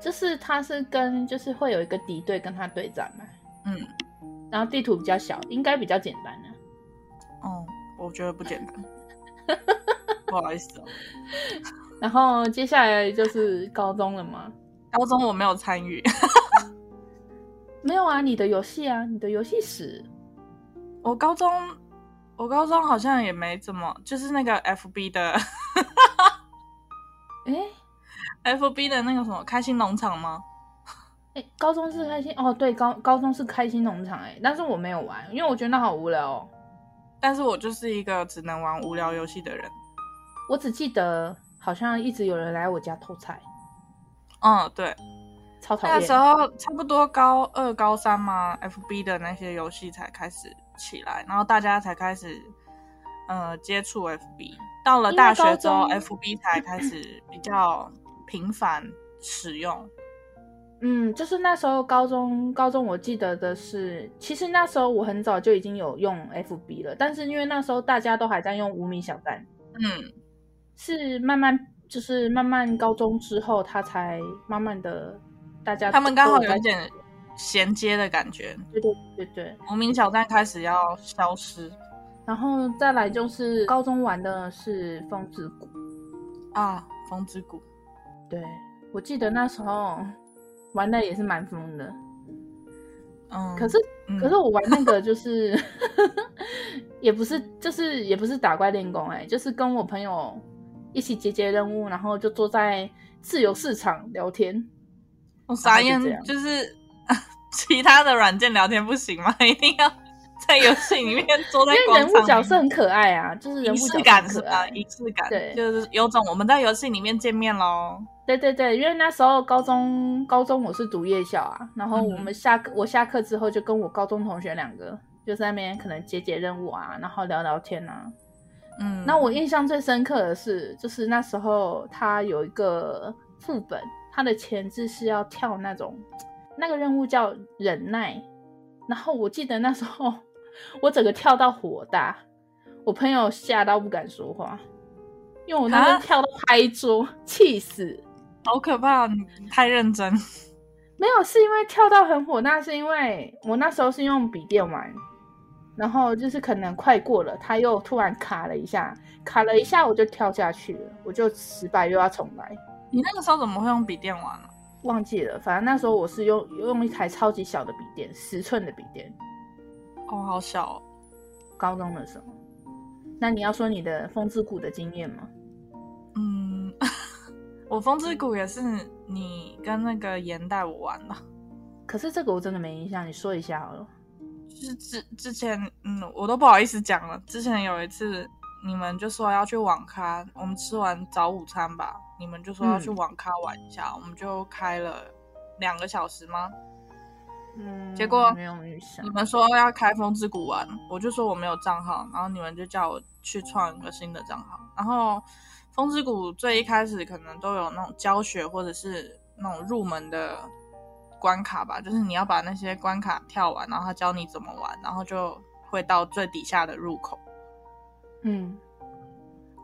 [SPEAKER 1] 就是它是跟就是会有一个敌对跟他对战嘛，
[SPEAKER 3] 嗯，
[SPEAKER 1] 然后地图比较小，应该比较简单啊。
[SPEAKER 3] 哦，我觉得不简单，
[SPEAKER 1] *laughs*
[SPEAKER 3] 不好意思、哦。
[SPEAKER 1] 然后接下来就是高中了嘛，
[SPEAKER 3] 高中我没有参与， *laughs*
[SPEAKER 1] 没有啊，你的游戏啊，你的游戏史
[SPEAKER 3] 我高中我高中好像也没怎么，就是那个 FB 的
[SPEAKER 1] 哎。
[SPEAKER 3] FB 的那个什么开心农场吗？
[SPEAKER 1] 哎、高中是开心哦，对，高高中是开心农场哎、但是我没有玩，因为我觉得那好无聊哦。
[SPEAKER 3] 但是我就是一个只能玩无聊游戏的人。
[SPEAKER 1] 我只记得好像一直有人来我家偷菜，
[SPEAKER 3] 嗯，对，
[SPEAKER 1] 超讨
[SPEAKER 3] 那时
[SPEAKER 1] 厌。
[SPEAKER 3] 候差不多高二、高三嘛，FB 的那些游戏才开始起来，然后大家才开始呃接触 FB。到了大学之后
[SPEAKER 1] 因为
[SPEAKER 3] ，FB 才开始比较频繁使用。
[SPEAKER 1] 嗯，就是那时候高中，高中我记得的是，其实那时候我很早就已经有用 FB 了，但是因为那时候大家都还在用无名小站，
[SPEAKER 3] 嗯，
[SPEAKER 1] 是慢慢就是慢慢高中之后，他才慢慢的大家
[SPEAKER 3] 他们刚好
[SPEAKER 1] 都
[SPEAKER 3] 有
[SPEAKER 1] 在
[SPEAKER 3] 一点衔接的感觉，
[SPEAKER 1] 对对对对，
[SPEAKER 3] 无名小站开始要消失。
[SPEAKER 1] 然后再来就是高中玩的是风之谷，
[SPEAKER 3] 啊，风之谷，
[SPEAKER 1] 对我记得那时候玩的也是蛮疯的，
[SPEAKER 3] 嗯，
[SPEAKER 1] 可是
[SPEAKER 3] 嗯
[SPEAKER 1] 可是我玩那个就是 *laughs* 也不是就是也不是打怪练功哎、就是跟我朋友一起接接任务，然后就坐在自由市场聊天。
[SPEAKER 3] 我哦傻
[SPEAKER 1] 然
[SPEAKER 3] 眼
[SPEAKER 1] 后就这，样
[SPEAKER 3] 就是 *laughs* 其他的软件聊天不行吗？ *laughs* 一定要在游戏里面坐在
[SPEAKER 1] 因为
[SPEAKER 3] 广
[SPEAKER 1] 人物
[SPEAKER 3] 场
[SPEAKER 1] 角
[SPEAKER 3] 里
[SPEAKER 1] 色很可爱啊，就是人
[SPEAKER 3] 仪
[SPEAKER 1] 物角色
[SPEAKER 3] 式感
[SPEAKER 1] 很
[SPEAKER 3] 是
[SPEAKER 1] 可
[SPEAKER 3] 吧？
[SPEAKER 1] 爱。
[SPEAKER 3] 仪式感，
[SPEAKER 1] 对
[SPEAKER 3] 就是有种我们在游戏里面见面喽。
[SPEAKER 1] 对对对，因为那时候高中高中我是读夜校啊，然后
[SPEAKER 3] 嗯
[SPEAKER 1] 我们下课、我下课之后就跟我高中同学两个就在那边可能解解任务啊，然后聊聊天啊。
[SPEAKER 3] 嗯，
[SPEAKER 1] 那我印象最深刻的是，就是那时候他有一个副本，他的前置是要跳那种那个任务叫忍耐，然后我记得那时候我整个跳到火大，我朋友吓到不敢说话，因为我那
[SPEAKER 3] 啊
[SPEAKER 1] 边跳到拍桌，气死。
[SPEAKER 3] 好可怕，你太认真。
[SPEAKER 1] 没有，是因为跳到很火，那是因为我那时候是用笔电玩，然后就是可能快过了，它又突然卡了一下，卡了一下我就跳下去了，我就失败又要重来，
[SPEAKER 3] 你那个时候怎么会用笔电玩啊呢、
[SPEAKER 1] 忘记了，反正那时候我是用用一台超级小的笔电，十寸的笔电，
[SPEAKER 3] 哦，好小哦。
[SPEAKER 1] 高中的时候。那你要说你的风之谷的经验吗？
[SPEAKER 3] 嗯， *laughs* 我风之谷也是你跟那个盐带我玩的，
[SPEAKER 1] 可是这个我真的没印象，你说一下好了。
[SPEAKER 3] 就是之之前，嗯，我都不好意思讲了。之前有一次，你们就说要去网咖，我们吃完早午餐吧，你们就说要去
[SPEAKER 1] 嗯
[SPEAKER 3] 网咖玩一下，我们就开了两个小时吗？
[SPEAKER 1] 嗯，
[SPEAKER 3] 结果
[SPEAKER 1] 没有印象
[SPEAKER 3] 你。们说要开风之谷玩，我就说我没有账号，然后你们就叫我去创一个新的账号。然后风之谷最一开始可能都有那种教学或者是那种入门的关卡吧，就是你要把那些关卡跳完，然后他教你怎么玩，然后就会到最底下的入口。
[SPEAKER 1] 嗯，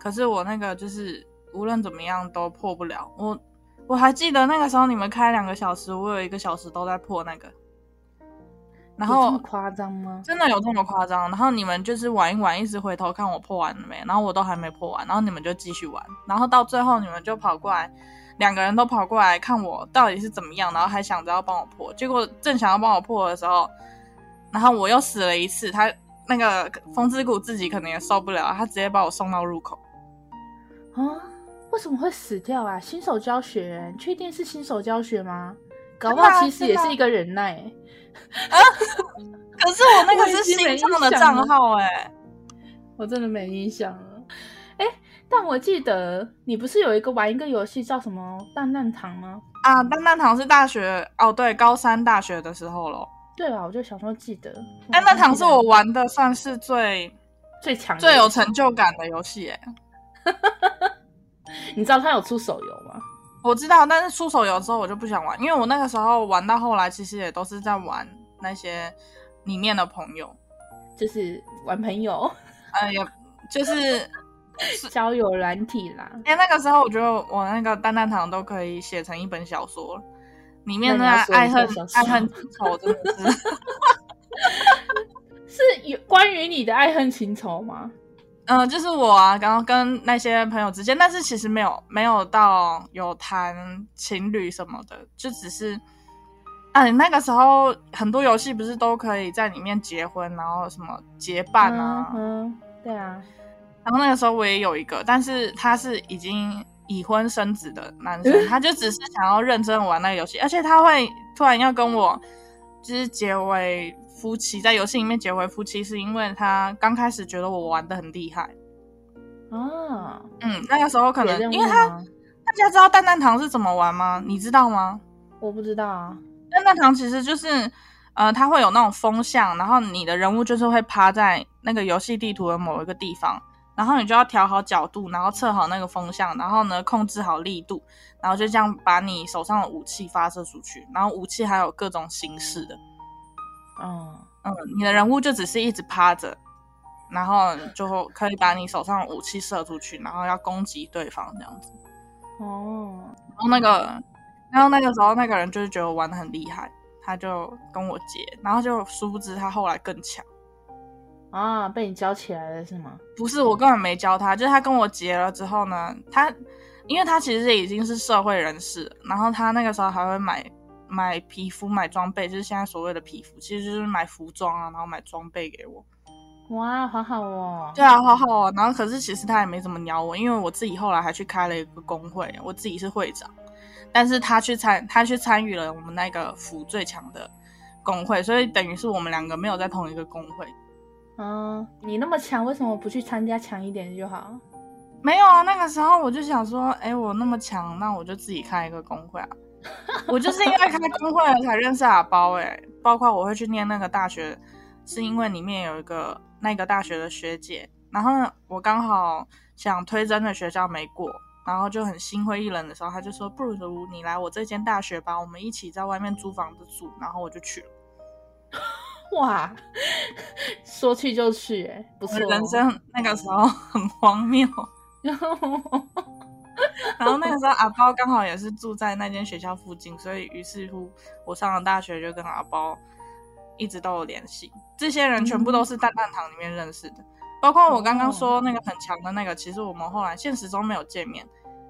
[SPEAKER 3] 可是我那个就是无论怎么样都破不了。我我还记得那个时候你们开两个小时，我有一个小时都在破那个。然
[SPEAKER 1] 有这
[SPEAKER 3] 后
[SPEAKER 1] 么夸张吗？
[SPEAKER 3] 真的有这么夸张？然后你们就是玩一玩，一直回头看我破完了没，然后我都还没破完，然后你们就继续玩，然后到最后你们就跑过来，两个人都跑过来看我到底是怎么样，然后还想着要帮我破，结果正想要帮我破的时候，然后我又死了一次，他那个风之谷自己可能也受不了，他直接把我送到入口。
[SPEAKER 1] 啊？为什么会死掉啊？新手教学，你确定是新手教学吗？搞不
[SPEAKER 3] 真的
[SPEAKER 1] 好
[SPEAKER 3] 啊
[SPEAKER 1] 其实也是一个忍耐、欸
[SPEAKER 3] 可是我那
[SPEAKER 1] 我
[SPEAKER 3] 个
[SPEAKER 1] 已
[SPEAKER 3] 是
[SPEAKER 1] 经没
[SPEAKER 3] 新上
[SPEAKER 1] 印
[SPEAKER 3] 的
[SPEAKER 1] 象
[SPEAKER 3] 账
[SPEAKER 1] 了
[SPEAKER 3] 号哎、
[SPEAKER 1] 我真的没印象了。哎、但我记得你不是有一个玩一个游戏叫什么蛋蛋糖吗？
[SPEAKER 3] 啊，蛋蛋糖是大学哦，对，高三大学的时候咯。
[SPEAKER 1] 对吧？我就想说记得
[SPEAKER 3] 蛋蛋糖是我玩的算是最。
[SPEAKER 1] 最强的
[SPEAKER 3] 最有
[SPEAKER 1] 游戏
[SPEAKER 3] 成就感的游戏、欸，
[SPEAKER 1] 你知道它有出手游吗？
[SPEAKER 3] 我知道，但是出手游之后我就不想玩，因为我那个时候玩到后来，其实也都是在玩那些里面的朋友，
[SPEAKER 1] 就是玩朋友
[SPEAKER 3] 呃，也就是，
[SPEAKER 1] 交友软体啦。
[SPEAKER 3] 哎、那个时候我觉得我那个蛋蛋糖都可以写成一本小说了，里面
[SPEAKER 1] 那你要
[SPEAKER 3] 那
[SPEAKER 1] 说
[SPEAKER 3] 爱
[SPEAKER 1] 一
[SPEAKER 3] 恨
[SPEAKER 1] 本小说
[SPEAKER 3] 爱恨情仇真的是，
[SPEAKER 1] 是有关于你的爱恨情仇吗？
[SPEAKER 3] 嗯、就是我啊，然后跟那些朋友之间，但是其实没有没有到有谈情侣什么的，就只是，哎、那个时候很多游戏不是都可以在里面结婚，然后什么结伴啊，
[SPEAKER 1] 嗯嗯，对啊，
[SPEAKER 3] 然后那个时候我也有一个，但是他是已经已婚生子的男生，
[SPEAKER 1] 嗯
[SPEAKER 3] 他就只是想要认真玩那个游戏，而且他会突然要跟我就是结为夫妻，在游戏里面结为夫妻，是因为他刚开始觉得我玩的很厉害，
[SPEAKER 1] 啊，
[SPEAKER 3] 嗯，那个时候可
[SPEAKER 1] 解任
[SPEAKER 3] 能
[SPEAKER 1] 务
[SPEAKER 3] 因为他
[SPEAKER 1] 吗
[SPEAKER 3] 大家知道蛋蛋糖是怎么玩吗？你知道吗？
[SPEAKER 1] 我不知道啊。
[SPEAKER 3] 蛋蛋糖其实就是，呃，它会有那种风向，然后你的人物就是会趴在那个游戏地图的某一个地方，然后你就要调好角度，然后测好那个风向，然后呢控制好力度，然后就这样把你手上的武器发射出去，然后武器还有各种形式的，
[SPEAKER 1] 哦，
[SPEAKER 3] 嗯，你的人物就只是一直趴着。然后就可以把你手上的武器射出去，然后要攻击对方这样子。
[SPEAKER 1] 哦，
[SPEAKER 3] 然后那个，然后那个时候那个人就是觉得我玩的很厉害，他就跟我结，然后就殊不知他后来更强。
[SPEAKER 1] 啊，被你教起来了是吗？
[SPEAKER 3] 不是，我根本没教他，就是他跟我结了之后呢，他因为他其实已经是社会人士了，然后他那个时候还会买买皮肤、买装备，就是现在所谓的皮肤，其实就是买服装啊，然后买装备给我。
[SPEAKER 1] 哇，好好哦。
[SPEAKER 3] 对啊，好好哦。然后可是其实他也没怎么鸟我，因为我自己后来还去开了一个工会，我自己是会长，但是他去参他去参与了我们那个服最强的工会，所以等于是我们两个没有在同一个工会。
[SPEAKER 1] 嗯，你那么强，为什么不去参加强一点就好？
[SPEAKER 3] 没有啊，那个时候我就想说，哎，我那么强，那我就自己开一个工会啊。 *laughs* 我就是因为开工会了才认识阿包哎、包括我会去念那个大学，是因为里面有一个那个大学的学姐，然后呢我刚好想推甄的学校没过，然后就很心灰意冷的时候，他就说，不如你来我这间大学吧，我们一起在外面租房子住，然后我就去了。
[SPEAKER 1] 哇， *laughs* 说去就去、欸，哎，不
[SPEAKER 3] 我
[SPEAKER 1] 错、
[SPEAKER 3] 的
[SPEAKER 1] 哦。
[SPEAKER 3] 人生那个时候很荒谬， *laughs* 然后那个时候阿包刚好也是住在那间学校附近，所以于是乎我上了大学就跟阿包一直都有联系。这些人全部都是蛋蛋堂里面认识的，包括我刚刚说
[SPEAKER 1] 哦
[SPEAKER 3] 那个很强的那个，其实我们后来现实中没有见面。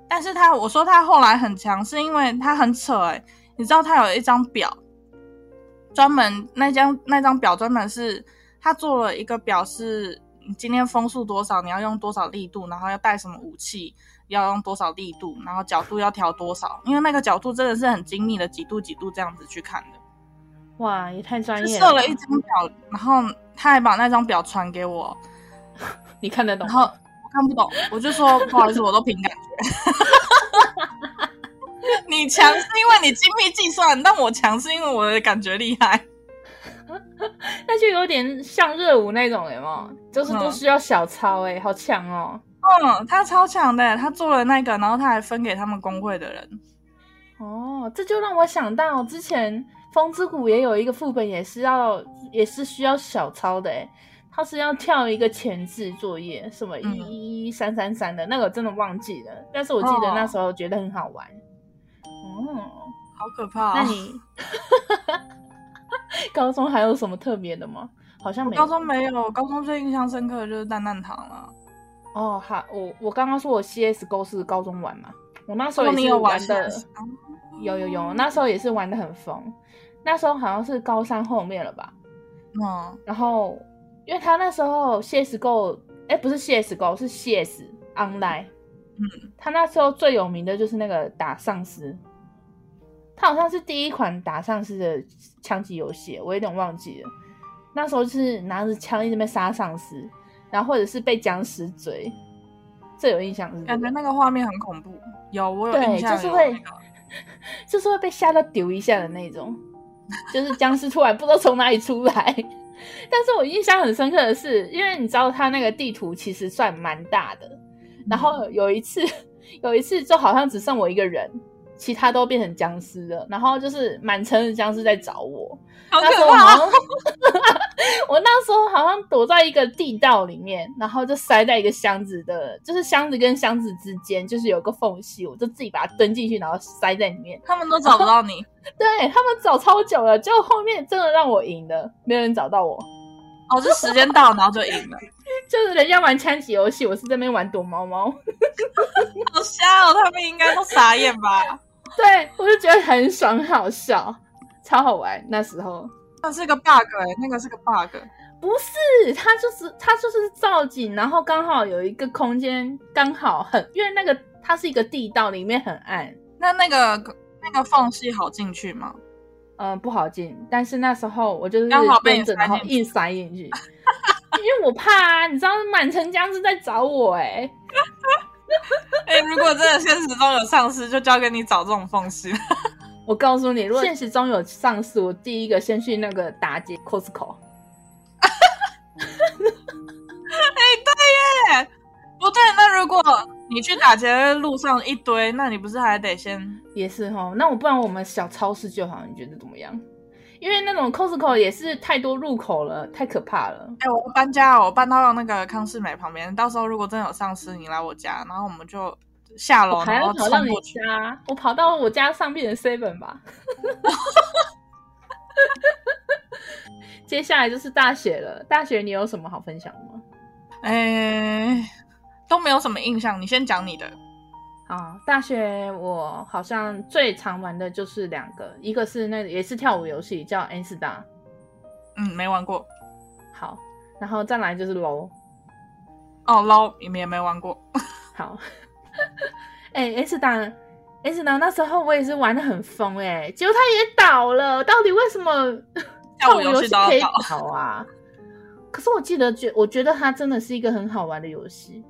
[SPEAKER 3] 但是他我说他后来很强，是因为他很扯哎、你知道他有一张表，专门那张那张表专门是他做了一个表示你今天风速多少，你要用多少力度，然后要带什么武器，要用多少力度，然后角度要调多少，因为那个角度真的是很精密的几度几度这样子去看的。
[SPEAKER 1] *laughs* 哇，也太专
[SPEAKER 3] 就
[SPEAKER 1] 业
[SPEAKER 3] 设了一张表，然后他还把那张表传给我，
[SPEAKER 1] 你看得懂
[SPEAKER 3] 然
[SPEAKER 1] 吗？
[SPEAKER 3] 后我看不懂，我就说不好意思，我都凭感觉。你强是因为你精密计算，但我强是因为我的感觉厉害。
[SPEAKER 1] 那就有点像热舞那种，有没有？就是都
[SPEAKER 3] 嗯
[SPEAKER 1] 需要小操、欸，哎，好强哦！
[SPEAKER 3] 嗯，他超强的，他做了那个，然后他还分给他们工会的人。
[SPEAKER 1] 哦，这就让我想到之前《风之谷》也有一个副本，也是要也是需要小抄的、欸，它是要跳一个前置作业，什么
[SPEAKER 3] 嗯
[SPEAKER 1] 一一三三三的那个，我真的忘记了，但是我记得
[SPEAKER 3] 哦
[SPEAKER 1] 那时候觉得很好玩。哦，
[SPEAKER 3] 好可怕、哦！
[SPEAKER 1] 那你 *laughs* 高中还有什么特别的吗？好像没有
[SPEAKER 3] 高中没有？高中最印象深刻的就是蛋蛋糖了。
[SPEAKER 1] 哦，好，我我刚刚说我 CSGO 是高中玩嘛，我那时候
[SPEAKER 3] 说
[SPEAKER 1] 也
[SPEAKER 3] 你
[SPEAKER 1] 是
[SPEAKER 3] 有玩
[SPEAKER 1] 的，
[SPEAKER 3] CS 啊
[SPEAKER 1] 有有有，那时候也是玩的很疯，那时候好像是高三后面了吧，
[SPEAKER 3] 嗯，
[SPEAKER 1] 然后因为他那时候 CSGO，哎，不是 CSGO，是 CS Online，嗯，他那时候最有名的就是那个打丧尸，他好像是第一款打丧尸的枪击游戏，我有点忘记了，那时候就是拿着枪一直被杀丧尸，然后或者是被僵尸追，最有印象是、这
[SPEAKER 3] 感
[SPEAKER 1] 个
[SPEAKER 3] 觉。那个画面很恐怖。有，我有
[SPEAKER 1] 对，
[SPEAKER 3] 印象
[SPEAKER 1] 就是
[SPEAKER 3] 有、
[SPEAKER 1] 会
[SPEAKER 3] 那个，
[SPEAKER 1] 就是会被吓到丢一下的那种，就是僵尸突然不知道从哪里出来。 *laughs* 但是我印象很深刻的是，因为你知道它那个地图其实算蛮大的，然后有一次， *laughs* 有一次就好像只剩我一个人，其他都变成僵尸了，然后就是满城的僵尸在找我，
[SPEAKER 3] 好
[SPEAKER 1] 那时候
[SPEAKER 3] 可
[SPEAKER 1] 我好
[SPEAKER 3] 怕。哦
[SPEAKER 1] 像， *laughs* 我那时候好像躲在一个地道里面，然后就塞在一个箱子的，就是箱子跟箱子之间就是有个缝隙，我就自己把它蹲进去，然后塞在里面。
[SPEAKER 3] 他们都找不到你。
[SPEAKER 1] 对他们找超久了，结果后面真的让我赢了，没有人找到我。
[SPEAKER 3] 哦，是时间到，然后就
[SPEAKER 1] *laughs*
[SPEAKER 3] 赢了，
[SPEAKER 1] 就是人家玩枪击游戏，我是这边玩躲猫猫。
[SPEAKER 3] 好瞎哦！他们应该都傻眼吧？
[SPEAKER 1] 对我就觉得很爽，很好笑，超好玩。那时候
[SPEAKER 3] 那是个 bug 哎、那个是个 bug。
[SPEAKER 1] 不是，它就是它就是造景，然后刚好有一个空间，刚好很，因为那个它是一个地道，里面很暗，
[SPEAKER 3] 那那个那个缝隙好进去吗？
[SPEAKER 1] 嗯，不好进。但是那时候我就是
[SPEAKER 3] 刚好被
[SPEAKER 1] 蹲着，
[SPEAKER 3] 你塞
[SPEAKER 1] 然后
[SPEAKER 3] 进去
[SPEAKER 1] 硬塞进去，因为我怕啊，你知道满城僵尸在找我哎、
[SPEAKER 3] 哎、如果真的现实中有丧尸，就交给你找这种缝隙。
[SPEAKER 1] 我告诉你，如果现实中有上司，我第一个先去那个打劫 Costco。
[SPEAKER 3] *laughs* 不对，那如果你去打劫的路上一堆，那你不是还得先？
[SPEAKER 1] 也是哈，那我不然我们小超市就好，你觉得怎么样？因为那种 Costco 也是太多入口了，太可怕了。
[SPEAKER 3] 哎、我搬家了，我搬到那个康世美旁边。到时候如果真的有丧尸，你来我家，然后我们就下
[SPEAKER 1] 我
[SPEAKER 3] 楼，
[SPEAKER 1] 还
[SPEAKER 3] 然
[SPEAKER 1] 要
[SPEAKER 3] 后
[SPEAKER 1] 跑到
[SPEAKER 3] 冲
[SPEAKER 1] 你
[SPEAKER 3] 过去。
[SPEAKER 1] 家，我跑到我 *laughs* 家上面的 Seven 吧。接下来就是大学了。大学你有什么好分享的吗？
[SPEAKER 3] 哎、都没有什么印象。你先讲你的，
[SPEAKER 1] 啊，大学我好像最常玩的就是两个，一个是那个也是跳舞游戏叫 N Star，
[SPEAKER 3] 嗯，没玩过
[SPEAKER 1] 好，然后再来就是 LO，
[SPEAKER 3] 哦，捞你们也没玩过，
[SPEAKER 1] 好， *laughs* 哎、欸、，S 档，S 档那时候我也是玩的很疯哎、结果他也倒了，到底为什
[SPEAKER 3] *laughs*
[SPEAKER 1] 么
[SPEAKER 3] 跳
[SPEAKER 1] 跳 *laughs*
[SPEAKER 3] 舞
[SPEAKER 1] 舞
[SPEAKER 3] 游戏
[SPEAKER 1] 戏
[SPEAKER 3] 都要
[SPEAKER 1] 可以
[SPEAKER 3] 倒
[SPEAKER 1] 倒啊？可是我记得觉，我觉得它真的是一个很好玩的游戏，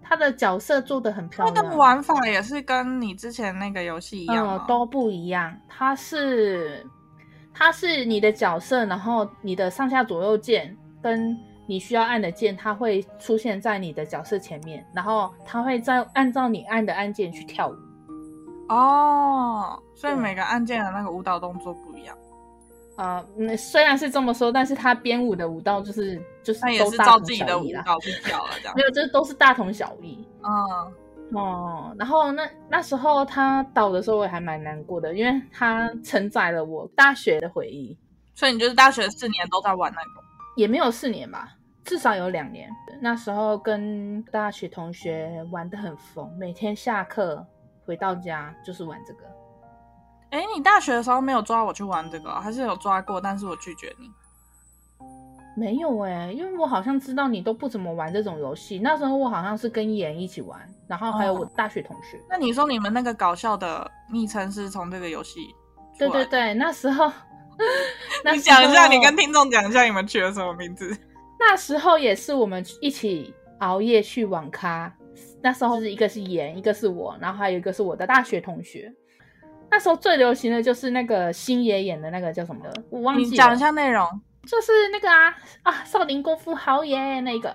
[SPEAKER 1] 它的角色做的很漂
[SPEAKER 3] 它的
[SPEAKER 1] 亮，
[SPEAKER 3] 玩法也是跟你之前那个游戏一样
[SPEAKER 1] 嗯，
[SPEAKER 3] 吗
[SPEAKER 1] 都不一样。它是它是你的角色，然后你的上下左右键跟你需要按的键，它会出现在你的角色前面，然后它会再按照你按的按键去跳舞。
[SPEAKER 3] 哦，所以
[SPEAKER 1] 对
[SPEAKER 3] 每个按键的那个舞蹈动作不一样，
[SPEAKER 1] 啊、嗯，虽然是这么说，但是他编舞的舞蹈就是就是
[SPEAKER 3] 那也
[SPEAKER 1] 都
[SPEAKER 3] 是
[SPEAKER 1] 大
[SPEAKER 3] 照
[SPEAKER 1] 同
[SPEAKER 3] 自己
[SPEAKER 1] 小
[SPEAKER 3] 的舞
[SPEAKER 1] 异啦，
[SPEAKER 3] 蹈去跳了这样
[SPEAKER 1] 没。有，这都是大同小异。
[SPEAKER 3] 嗯，
[SPEAKER 1] 哦，然后那那时候他倒的时候，我也还蛮难过的，因为他承载了我大学的回忆，
[SPEAKER 3] 所以你就是大学四年都在玩那个。
[SPEAKER 1] 也没有四年吧，至少有两年。那时候跟大学同学玩的很疯，每天下课回到家就是玩这个。
[SPEAKER 3] 哎，你大学的时候没有抓我去玩这个哦、还是有抓过，但是我拒绝你。
[SPEAKER 1] 没有哎、因为我好像知道你都不怎么玩这种游戏。那时候我好像是跟妍一起玩，然后还有
[SPEAKER 3] 哦
[SPEAKER 1] 我大学同学。
[SPEAKER 3] 那你说你们那个搞笑的昵称是从这个游戏？
[SPEAKER 1] 对对，对，那时候， *laughs* 那
[SPEAKER 3] 你讲一下，
[SPEAKER 1] 时候
[SPEAKER 3] 你跟听众讲一下你们取了什么名字？
[SPEAKER 1] 那时候也是我们一起熬夜去网咖，那时候是一个是妍，一个是我，然后还有一个是我的大学同学。那时候最流行的就是那个星爷演的那个叫什么的，我忘
[SPEAKER 3] 你
[SPEAKER 1] 记
[SPEAKER 3] 讲
[SPEAKER 1] 了
[SPEAKER 3] 一，下内容，
[SPEAKER 1] 就是那个啊啊，少林功夫好耶那个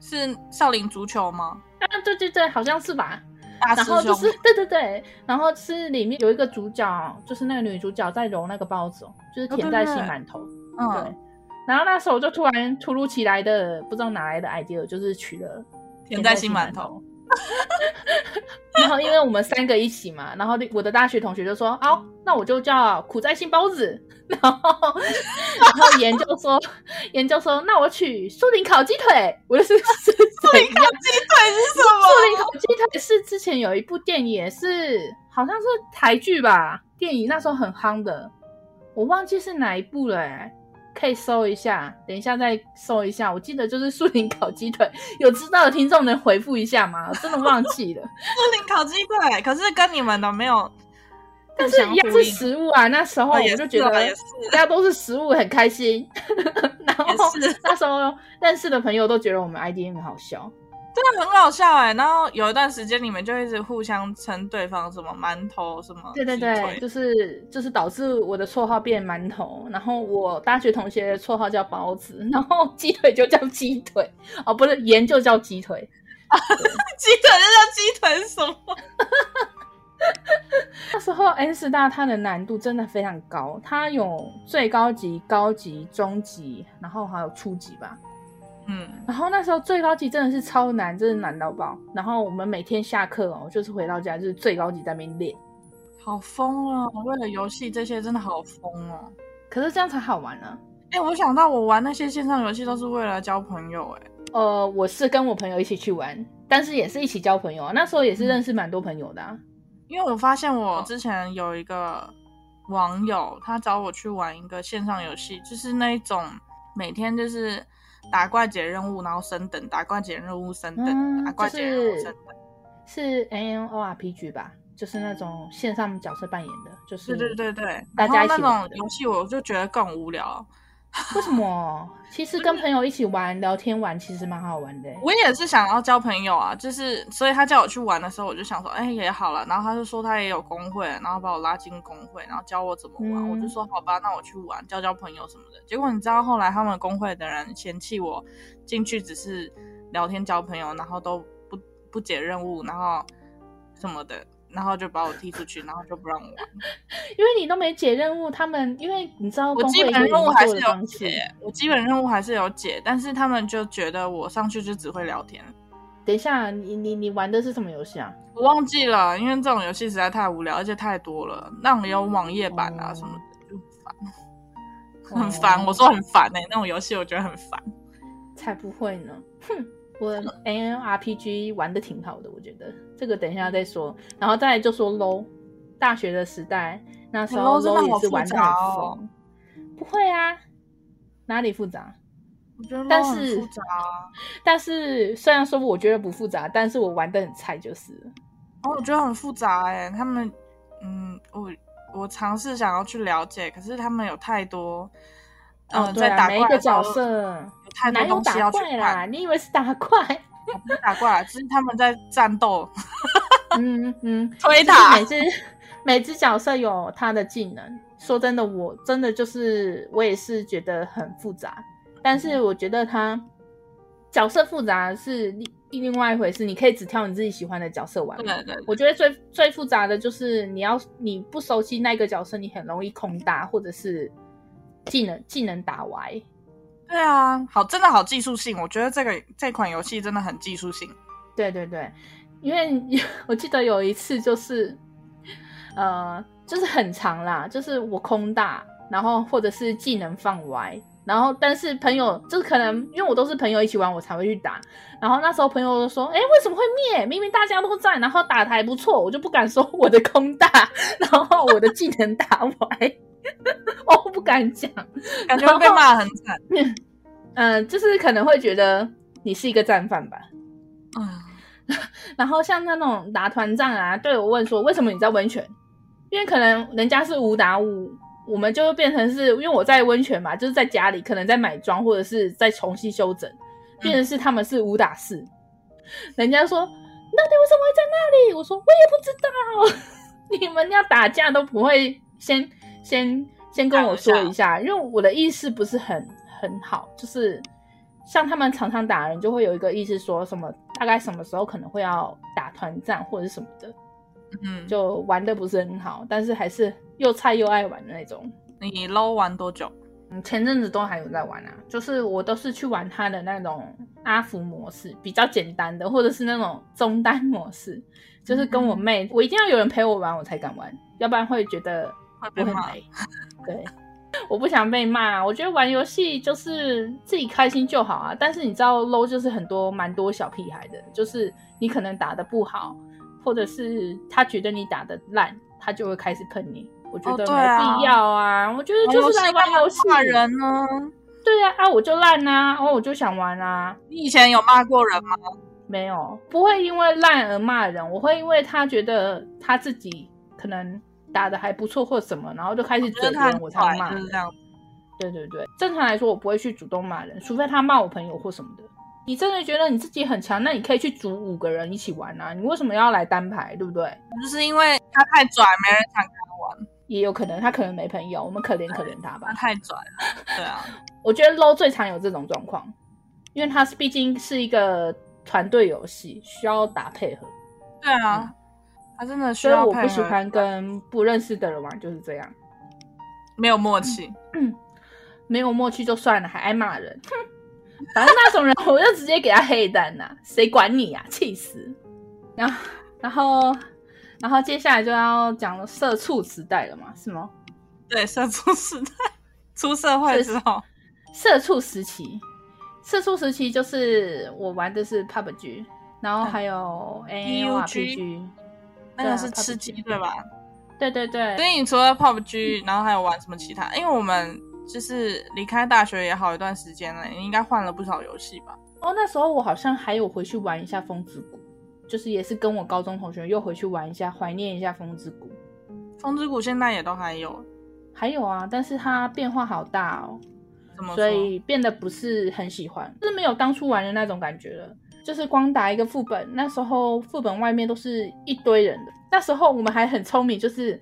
[SPEAKER 3] 是少林足球吗？
[SPEAKER 1] 啊，对对对，好像是吧。
[SPEAKER 3] 大师
[SPEAKER 1] 然后
[SPEAKER 3] 兄，
[SPEAKER 1] 就是对对对，然后是里面有一个主角，就是那个女主角在揉那个包子哦，就是
[SPEAKER 3] 哦
[SPEAKER 1] 甜
[SPEAKER 3] 对
[SPEAKER 1] 在
[SPEAKER 3] 对
[SPEAKER 1] 心
[SPEAKER 3] 对
[SPEAKER 1] 馒头。对
[SPEAKER 3] 嗯，。
[SPEAKER 1] 然后那时候我就突然突如其来的，不知道哪来的 idea，就是取了
[SPEAKER 3] 甜在心馒头。
[SPEAKER 1] 然后因为我们三个一起嘛，然后我的大学同学就说：“哦，那我就叫苦在心包子。” *laughs* 然后然后研究说 *laughs* 研究说，那我取树林烤鸡腿。我就是树林烤
[SPEAKER 3] 鸡腿是什么？
[SPEAKER 1] 树林烤鸡腿是之前有一部电影，也是好像是台剧吧，电影那时候很夯的，我忘记是哪一部了、欸。可以搜一下，等一下再搜一下。我记得就是树林烤鸡腿，有知道的听众能回复一下吗？我真的忘记了。
[SPEAKER 3] 树林烤鸡腿，可是跟你们的没有
[SPEAKER 1] 但
[SPEAKER 3] 互
[SPEAKER 1] 是
[SPEAKER 3] 相
[SPEAKER 1] 一
[SPEAKER 3] 呼应，
[SPEAKER 1] 样是食物啊，那时候
[SPEAKER 3] 哦，
[SPEAKER 1] 我
[SPEAKER 3] 也
[SPEAKER 1] 就是觉得
[SPEAKER 3] 啊也
[SPEAKER 1] 大
[SPEAKER 3] 是
[SPEAKER 1] 家都是食物，很开心。 *laughs* 然后
[SPEAKER 3] 也是，
[SPEAKER 1] 那时候认识的朋友都觉得我们 IDM 很好笑，
[SPEAKER 3] 真的很好笑哎、然后有一段时间你们就一直互相称对方什么馒头什么，
[SPEAKER 1] 对对对，，就是就是导致我的绰号变馒头，然后我大学同学的绰号叫包子，然后鸡腿就叫鸡腿，哦不是盐就叫鸡腿，
[SPEAKER 3] *laughs* 鸡腿就叫鸡腿是什么？
[SPEAKER 1] 那时候 N 四大它的难度真的非常高，它有最高级、高级、中级，然后还有初级吧。
[SPEAKER 3] 嗯，
[SPEAKER 1] 然后那时候最高级真的是超难，真的难到爆。然后我们每天下课哦，就是回到家就是最高级在那边练。
[SPEAKER 3] 好疯哦！为了游戏这些真的好疯哦。
[SPEAKER 1] 可是这样才好玩啊呢、
[SPEAKER 3] 哎、我想到我玩那些线上游戏都是为了交朋友哎、
[SPEAKER 1] 呃，我是跟我朋友一起去玩，但是也是一起交朋友啊。那时候也是认识蛮多朋友的、啊。
[SPEAKER 3] 因为我发现我之前有一个网友，他找我去玩一个线上游戏，就是那一种每天就是打怪解任务，然后升等，打怪解任务升等，
[SPEAKER 1] 嗯
[SPEAKER 3] 打怪
[SPEAKER 1] 就
[SPEAKER 3] 解任务
[SPEAKER 1] 是
[SPEAKER 3] 升等。
[SPEAKER 1] 是哎 N O R P G 吧，就是那种线上角色扮演的，就是
[SPEAKER 3] 对对对对，
[SPEAKER 1] 大家一
[SPEAKER 3] 然后
[SPEAKER 1] 起
[SPEAKER 3] 那
[SPEAKER 1] 玩
[SPEAKER 3] 种
[SPEAKER 1] 的。
[SPEAKER 3] 游戏我就觉得更无聊。
[SPEAKER 1] 为什 *laughs* 么？其实跟朋友一起玩、聊天玩，其实蛮好玩的、
[SPEAKER 3] 我也是想要交朋友啊，就是所以他叫我去玩的时候，我就想说，哎、也好了。然后他就说他也有工会，然后把我拉进工会，然后教我怎么玩。
[SPEAKER 1] 嗯
[SPEAKER 3] 我就说好吧，那我去玩，交交朋友什么的。结果你知道后来他们工会的人嫌弃我进去只是聊天交朋友，然后都不不解任务，然后什么的，然后就把我踢出去，然后就不让
[SPEAKER 1] *laughs*
[SPEAKER 3] 我玩。
[SPEAKER 1] 因为你都没解任务，他们因为你知道
[SPEAKER 3] 我
[SPEAKER 1] 工
[SPEAKER 3] 基
[SPEAKER 1] 会
[SPEAKER 3] 本
[SPEAKER 1] 有
[SPEAKER 3] 任务
[SPEAKER 1] 运
[SPEAKER 3] 还
[SPEAKER 1] 作
[SPEAKER 3] 是
[SPEAKER 1] 的
[SPEAKER 3] 有
[SPEAKER 1] 方式，
[SPEAKER 3] 解，我基本任务还是有解，但是他们就觉得我上去就只会聊天。
[SPEAKER 1] 等一下，你你你玩的是什么游戏啊？
[SPEAKER 3] 我忘记了，因为这种游戏实在太无聊，而且太多了，那种有网页版啊
[SPEAKER 1] 哦
[SPEAKER 3] 什么的，就很烦。很烦。我说很烦哎、那种游戏我觉得很烦。
[SPEAKER 1] 才不会呢！哼， *laughs* 我 N R P G 玩的挺好的，我觉得这个等一下再说。然后再来就说 low，大学的时代那时候
[SPEAKER 3] 哎 LOL 真的
[SPEAKER 1] low 也
[SPEAKER 3] 好
[SPEAKER 1] 是
[SPEAKER 3] 复
[SPEAKER 1] 玩的
[SPEAKER 3] 杂
[SPEAKER 1] 很
[SPEAKER 3] 哦
[SPEAKER 1] 疯。不会啊，哪里复杂？
[SPEAKER 3] 我觉得
[SPEAKER 1] 但
[SPEAKER 3] LOL 很
[SPEAKER 1] 是
[SPEAKER 3] 复杂啊，
[SPEAKER 1] 但是虽然说我觉得不复杂，但是我玩的很菜就是了。
[SPEAKER 3] 然哦后我觉得很复杂哎、他们嗯，我我尝试想要去了解，可是他们有太多。嗯、
[SPEAKER 1] 哦，对
[SPEAKER 3] 在
[SPEAKER 1] 啊，
[SPEAKER 3] 打
[SPEAKER 1] 每一
[SPEAKER 3] 怪
[SPEAKER 1] 个
[SPEAKER 3] 的时候
[SPEAKER 1] 角色
[SPEAKER 3] 有太多
[SPEAKER 1] 哪有
[SPEAKER 3] 东西
[SPEAKER 1] 打
[SPEAKER 3] 要去
[SPEAKER 1] 怪
[SPEAKER 3] 看
[SPEAKER 1] 啦？，你以为是打怪？
[SPEAKER 3] 不是打怪啦，就是他们在战斗
[SPEAKER 1] *laughs* 嗯嗯，
[SPEAKER 3] 推
[SPEAKER 1] 就是
[SPEAKER 3] 塔
[SPEAKER 1] 每。只每只角色有他的技能。说真的，我真的就是我也是觉得很复杂，但是我觉得他角色复杂是另另外一回事，你可以只挑你自己喜欢的角色玩
[SPEAKER 3] 对
[SPEAKER 1] 嘛。
[SPEAKER 3] 对对，
[SPEAKER 1] 我觉得最最复杂的就是你要你不熟悉那个角色，你很容易空打或者是技能技能打歪。
[SPEAKER 3] *laughs* 对啊，好，真的好技术性，我觉得这个这款游戏真的很技术性。
[SPEAKER 1] 对对对，因为 *laughs* 我记得有一次就是，呃，就是很长啦，就是我空大，然后或者是技能放歪，然后但是朋友就是可能因为我都是朋友一起玩，我才会去打。然后那时候朋友就说：“哎，为什么会灭？明明大家都在，然后打的还不错。”我就不敢说我的空大， *laughs* 然后我的技能打歪， *laughs* 哦我不敢讲。
[SPEAKER 3] 感觉会被骂得很惨。
[SPEAKER 1] 嗯、就是可能会觉得你是一个战犯吧。
[SPEAKER 3] 嗯，
[SPEAKER 1] 然后像那种打团战啊，队友问说为什么你在温泉？因为可能人家是五打五，我们就会变成是因为我在温泉嘛，就是在家里可能在买装或者是在重新修整，变成是他们是五打四。人家说那你为什么会在那里？我说我也不知道，你们要打架都不会先先先跟我说一下，因为我的意识不是很很好，就是像他们常常打人，就会有一个意识说什么大概什么时候可能会要打团战或者是什么的，
[SPEAKER 3] 嗯，就
[SPEAKER 1] 就玩的不是很好，但是还是又菜又爱玩的那种。
[SPEAKER 3] 你 low 玩多久？
[SPEAKER 1] 嗯，前阵子都还有在玩啊，就是我都是去玩他的那种阿福模式，比较简单的，或者是那种中单模式，就是跟我妹，我一定要有人陪我玩，我才敢玩，要不然会觉得
[SPEAKER 3] 会被
[SPEAKER 1] 我很
[SPEAKER 3] 骂。
[SPEAKER 1] 累。 *laughs* 对，我不想被骂。啊我觉得玩游戏就是自己开心就好啊。但是你知道，low 就是很多蛮多小屁孩的，就是你可能打的不好，或者是他觉得你打的烂，他就会开始喷你。我觉
[SPEAKER 3] 哦
[SPEAKER 1] 得
[SPEAKER 3] 对
[SPEAKER 1] 没
[SPEAKER 3] 啊
[SPEAKER 1] 必要啊，我
[SPEAKER 3] 哦
[SPEAKER 1] 觉得就是来玩游戏。
[SPEAKER 3] 骂人呢？
[SPEAKER 1] 对啊，啊我就烂啊，哦我就想玩啊，
[SPEAKER 3] 你以前有骂过人吗？
[SPEAKER 1] 没有，不会因为烂而骂人，我会因为他觉得他自己可能打的还不错或什么，然后就开始
[SPEAKER 3] 觉得
[SPEAKER 1] 嘴
[SPEAKER 3] 他
[SPEAKER 1] 人，
[SPEAKER 3] 很
[SPEAKER 1] 我才
[SPEAKER 3] 坏
[SPEAKER 1] 骂
[SPEAKER 3] 就
[SPEAKER 1] 人
[SPEAKER 3] 是。这样。
[SPEAKER 1] 对对对，正常来说我不会去主动骂人，除非他骂我朋友或什么的。你真的觉得你自己很强，那你可以去组五个人一起玩啊，你为什么要来单排，对不对？
[SPEAKER 3] 就是因为他太拽，没人想跟他玩，
[SPEAKER 1] 也有可能他可能没朋友，我们可怜可怜他吧
[SPEAKER 3] 他。太
[SPEAKER 1] *laughs*
[SPEAKER 3] 拽了。对啊，
[SPEAKER 1] 我觉得 LO 最常有这种状况，因为它是毕竟是一个团队游戏，需要打配合，
[SPEAKER 3] 对啊，他真的需
[SPEAKER 1] 嗯所以
[SPEAKER 3] 要
[SPEAKER 1] 我
[SPEAKER 3] 配
[SPEAKER 1] 不
[SPEAKER 3] 合
[SPEAKER 1] 喜欢跟不认识的人玩，就是这样，
[SPEAKER 3] 没有默契。
[SPEAKER 1] 没有默契就算了，还爱骂人。 *laughs* 哼反正那种人，我就直接给他黑单呐、谁管你呀、气死！然后，然后，然后接下来就要讲社畜时代了嘛，是吗？
[SPEAKER 3] 对，社畜时代，出社会之
[SPEAKER 1] *laughs*
[SPEAKER 3] 后，
[SPEAKER 1] 社畜时期，社畜时期就是我玩的是 PUBG，然后还有 A O R P G，
[SPEAKER 3] 那个是吃鸡对吧？
[SPEAKER 1] 啊对啊嗯对对
[SPEAKER 3] 所，以你除了 PUBG，然后还有玩什么其他？因为我们就是离开大学也好一段时间了，你应该换了不少游戏吧？
[SPEAKER 1] 哦，那时候我好像还有回去玩一下风之谷，就是也是跟我高中同学又回去玩一下，怀念一下风之谷。
[SPEAKER 3] 风之谷现在也都还有，
[SPEAKER 1] 还有啊，但是它变化好大哦，
[SPEAKER 3] 怎么说？
[SPEAKER 1] 所以变得不是很喜欢，就是没有当初玩的那种感觉了。就是光打一个副本，那时候副本外面都是一堆人的。那时候我们还很聪明，就是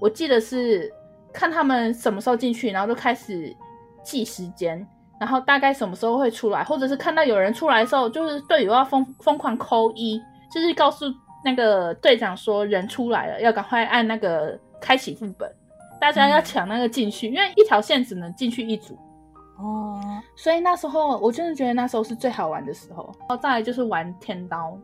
[SPEAKER 1] 我记得是看他们什么时候进去，然后就开始记时间，然后大概什么时候会出来，或者是看到有人出来的时候，就是队友要疯疯狂扣一，就是告诉那个队长说人出来了，要赶快按那个开启副本，大家
[SPEAKER 3] 嗯
[SPEAKER 1] 要抢那个进去，因为一条线只能进去一组。
[SPEAKER 3] 哦，
[SPEAKER 1] 所以那时候我真的觉得那时候是最好玩的时候。然后再来就是玩天刀，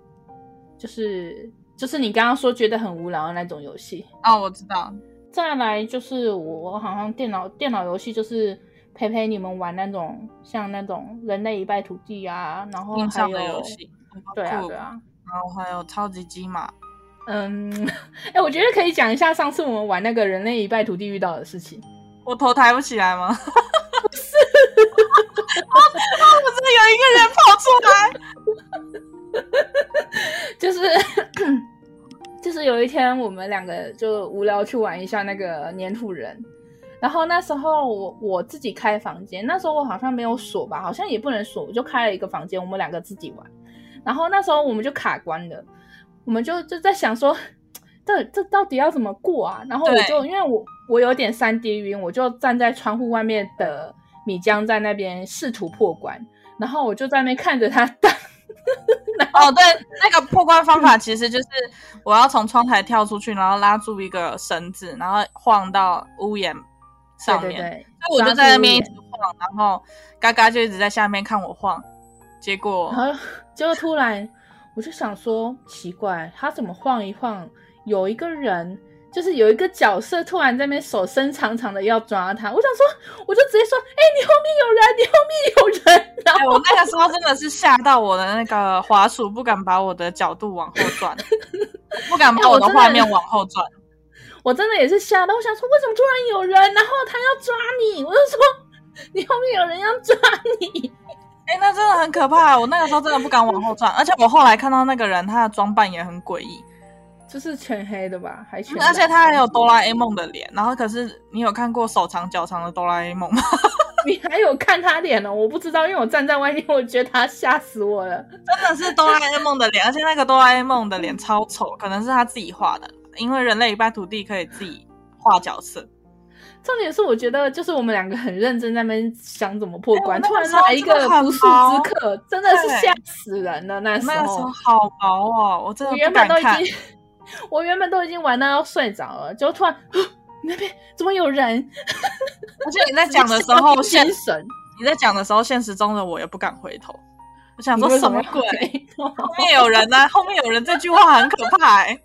[SPEAKER 1] 就是就是你刚刚说觉得很无聊的那种游戏。
[SPEAKER 3] 哦，我知道，
[SPEAKER 1] 再来就是我好像电脑电脑游戏就是陪陪你们玩那种像那种人类一败涂地啊，然后
[SPEAKER 3] 印
[SPEAKER 1] 还
[SPEAKER 3] 象
[SPEAKER 1] 有
[SPEAKER 3] 的游戏，
[SPEAKER 1] 对啊
[SPEAKER 3] 酷
[SPEAKER 1] 对，啊，
[SPEAKER 3] 然后还有超级鸡嘛，
[SPEAKER 1] 嗯， *laughs* 哎、我觉得可以讲一下上次我们玩那个人类一败涂地遇到的事情。
[SPEAKER 3] 我头抬不起来吗？ *laughs* 不是，哦，哦不是有一个人跑出来，
[SPEAKER 1] 就是 *coughs* 就是有一天我们两个就无聊去玩一下那个粘土人，然后那时候我我自己开房间，那时候我好像没有锁吧，好像也不能锁，我就开了一个房间，我们两个自己玩，然后那时候我们就卡关了，我们就就在想说。这这到底要怎么过啊？然后我
[SPEAKER 3] 对
[SPEAKER 1] 就因为我我有点三 D 晕，我就站在窗户外面的米江在那边试图破关，然后我就在那边看着他 *laughs* 打，
[SPEAKER 3] 哦，对，那个破关方法其实就是我要从窗台跳出去，然后拉住一个绳子，然后晃到屋檐上
[SPEAKER 1] 对对
[SPEAKER 3] 面。
[SPEAKER 1] 对，
[SPEAKER 3] 所以我就在那边一直晃，然后嘎嘎就一直在下面看我晃，
[SPEAKER 1] *laughs*
[SPEAKER 3] 结果
[SPEAKER 1] 然后结果突然我就想说，奇怪，他怎么晃一晃，有一个人。就是有一个角色突然在那边手伸长长的要抓他，我想说，我就直接说，哎、你后面有人，你后面有人， *laughs* 然后
[SPEAKER 3] 哎，我那个时候真的是吓到我的那个滑鼠不敢把我的角度往后
[SPEAKER 1] *laughs*
[SPEAKER 3] 转，不敢
[SPEAKER 1] 哎
[SPEAKER 3] 把我的画面往后转。
[SPEAKER 1] 我真的也是吓到，我想说为什么突然有人，然后他要抓你，我就说你后面有人要抓你，
[SPEAKER 3] 哎、那真的很可怕，我那个时候真的不敢往后转，而且我后来看到那个人，他的装扮也很诡异，
[SPEAKER 1] 就是全黑的吧，还全，
[SPEAKER 3] 而且他还有哆啦 A 梦的脸。然后可是你有看过手长脚长的哆啦 A 梦吗？ *laughs*
[SPEAKER 1] 你还有看他脸呢、我不知道，因为我站在外面，我觉得他吓死我了。
[SPEAKER 3] 真的是哆啦 A 梦的脸，而且那个哆啦 A 梦的脸超丑，可能是他自己画的，因为人类一败涂地可以自己画角色。
[SPEAKER 1] 重点是，我觉得就是我们两个很认真在那边想怎么破关，
[SPEAKER 3] 哎
[SPEAKER 1] 突
[SPEAKER 3] 我那
[SPEAKER 1] 然
[SPEAKER 3] 个时候
[SPEAKER 1] 来一个不速之客，真的是
[SPEAKER 3] 对
[SPEAKER 1] 吓死人了。那
[SPEAKER 3] 我
[SPEAKER 1] 时
[SPEAKER 3] 那个时候
[SPEAKER 1] 候，
[SPEAKER 3] 好毛哦，我真
[SPEAKER 1] 我
[SPEAKER 3] 的
[SPEAKER 1] 原
[SPEAKER 3] 不
[SPEAKER 1] 本
[SPEAKER 3] 敢
[SPEAKER 1] 都已
[SPEAKER 3] 看。
[SPEAKER 1] 经， *laughs* 我原本都已经玩到要睡着了，结果突然，啊你那边怎么有人？
[SPEAKER 3] 而且你在讲 *laughs* 的时候，现
[SPEAKER 1] 精神，
[SPEAKER 3] 你在讲的时候，现实中的我也不敢回头。我想
[SPEAKER 1] 你
[SPEAKER 3] 说
[SPEAKER 1] 为
[SPEAKER 3] 什
[SPEAKER 1] 么
[SPEAKER 3] 么
[SPEAKER 1] 要
[SPEAKER 3] 鬼？
[SPEAKER 1] 回头
[SPEAKER 3] *laughs* 后面有人呢、后面有人，这句话很可怕、欸。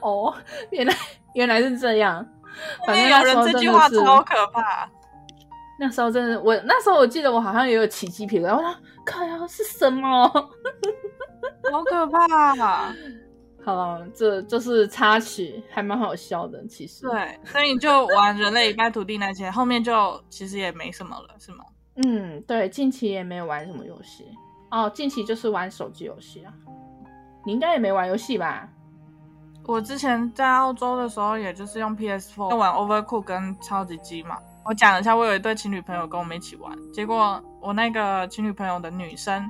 [SPEAKER 1] 哦，原来原来是这样。
[SPEAKER 3] 后
[SPEAKER 1] 反正
[SPEAKER 3] 面有
[SPEAKER 1] 那时
[SPEAKER 3] 哎人
[SPEAKER 1] 候真
[SPEAKER 3] 这
[SPEAKER 1] 的
[SPEAKER 3] 句话
[SPEAKER 1] 是
[SPEAKER 3] 超可怕。
[SPEAKER 1] 那时候真的，我那时候我记得我好像也有起鸡皮疙瘩，我说靠呀是什么？
[SPEAKER 3] 好可怕、
[SPEAKER 1] 好了，这就是插曲，还蛮好笑的，其实。
[SPEAKER 3] 对，所以你就玩人类一败涂地那些，后面就其实也没什么了，是吗？
[SPEAKER 1] 嗯，对，近期也没有玩什么游戏哦，近期就是玩手机游戏啊。你应该也没玩游戏吧？
[SPEAKER 3] 我之前在澳洲的时候，也就是用 PS4 玩 Overcook 跟超级机嘛。我讲一下，我有一对情侣朋友跟我们一起玩，结果我那个情侣朋友的女生，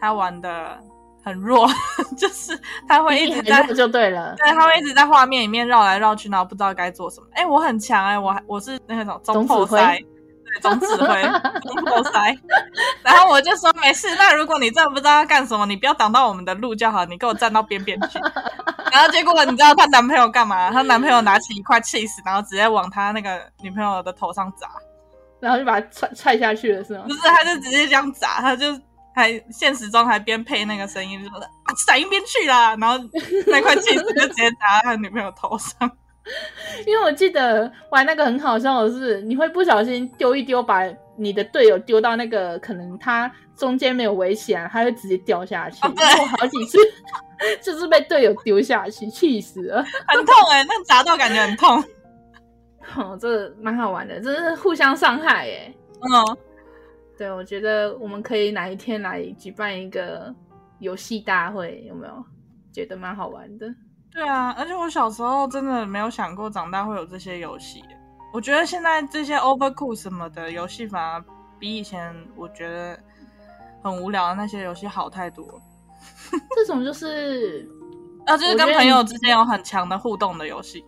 [SPEAKER 3] 她玩的很弱， *laughs* 就是她会一直
[SPEAKER 1] 你还
[SPEAKER 3] 在
[SPEAKER 1] 这，么就对了，
[SPEAKER 3] 对，她会一直在画面里面绕来绕去，然后不知道该做什么。哎，我很强哎、我还我是那种中
[SPEAKER 1] 总
[SPEAKER 3] 后
[SPEAKER 1] 指挥
[SPEAKER 3] 塞，对，总指
[SPEAKER 1] *laughs*
[SPEAKER 3] 挥，中后塞。然后我就说没事，那如果你真的不知道要干什么，你不要挡到我们的路就好，你给我站到边边
[SPEAKER 1] *laughs*
[SPEAKER 3] 去。然后结果你知道她男朋友干嘛？她男朋友拿起一块 cheese，然后直接往她那个女朋友的头上砸，
[SPEAKER 1] 然后就把它踹踹下去了，是吗
[SPEAKER 3] 不？是，他就直接这样砸，他就还现实中还边配那个声音，就说啊闪一边去啦，然后那块 cheese 就直接砸他女朋友头上。
[SPEAKER 1] 因为我记得玩那个很好笑的是，你会不小心丢一丢，把你的队友丢到那个可能他中间没有围起来，他会直接掉下去。
[SPEAKER 3] 哦对
[SPEAKER 1] 我好几次就是被队友丢下去，气死了。
[SPEAKER 3] 很痛哎、那砸到感觉很痛。
[SPEAKER 1] *laughs* 哦，这蛮好玩的，这是互相伤害耶。
[SPEAKER 3] *laughs* 嗯，
[SPEAKER 1] 对，我觉得我们可以哪一天来举办一个游戏大会，有没有？觉得蛮好玩的。
[SPEAKER 3] 对啊，而且我小时候真的没有想过长大会有这些游戏。我觉得现在这些 Overcook 什么的游戏，反而比以前我觉得很无聊的那些游戏好太多了。
[SPEAKER 1] 这种就是，
[SPEAKER 3] 啊，就是
[SPEAKER 1] 我觉
[SPEAKER 3] 跟
[SPEAKER 1] 得
[SPEAKER 3] 朋
[SPEAKER 1] 你
[SPEAKER 3] 友之间有很强的互动的游戏。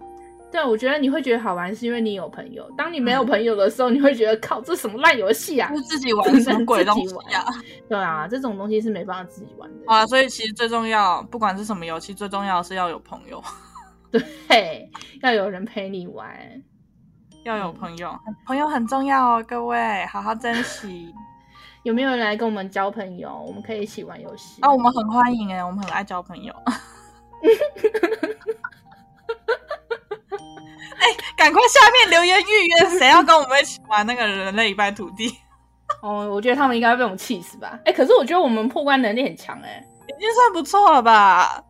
[SPEAKER 1] 对我觉得你会觉得好玩，是因为你有朋友。当你
[SPEAKER 3] 嗯
[SPEAKER 1] 没有朋友的时候，你会觉得靠，这什么烂游戏啊
[SPEAKER 3] 就！是 *laughs* 自己玩什么鬼东西啊？
[SPEAKER 1] 对啊，这种东西是没办法自己玩 *laughs* 的。
[SPEAKER 3] 啊，所以其实最重要，不管是什么游戏，最重要的是要有朋友， *laughs*
[SPEAKER 1] 对，要有人陪你玩。
[SPEAKER 3] 要有朋友，朋友很重要哦，各位，好好珍惜。
[SPEAKER 1] 有没有人来跟我们交朋友？我们可以一起玩游戏。
[SPEAKER 3] 啊，我们很欢迎哎、我们很爱交 *laughs* 朋友。哎、赶快下面留言预约，谁要跟我们一起玩那个人类一败涂地？已
[SPEAKER 1] 哦，我觉得他们应该会被我们气死吧？哎、可是我觉得我们破关能力很强哎、
[SPEAKER 3] 经算不错了吧？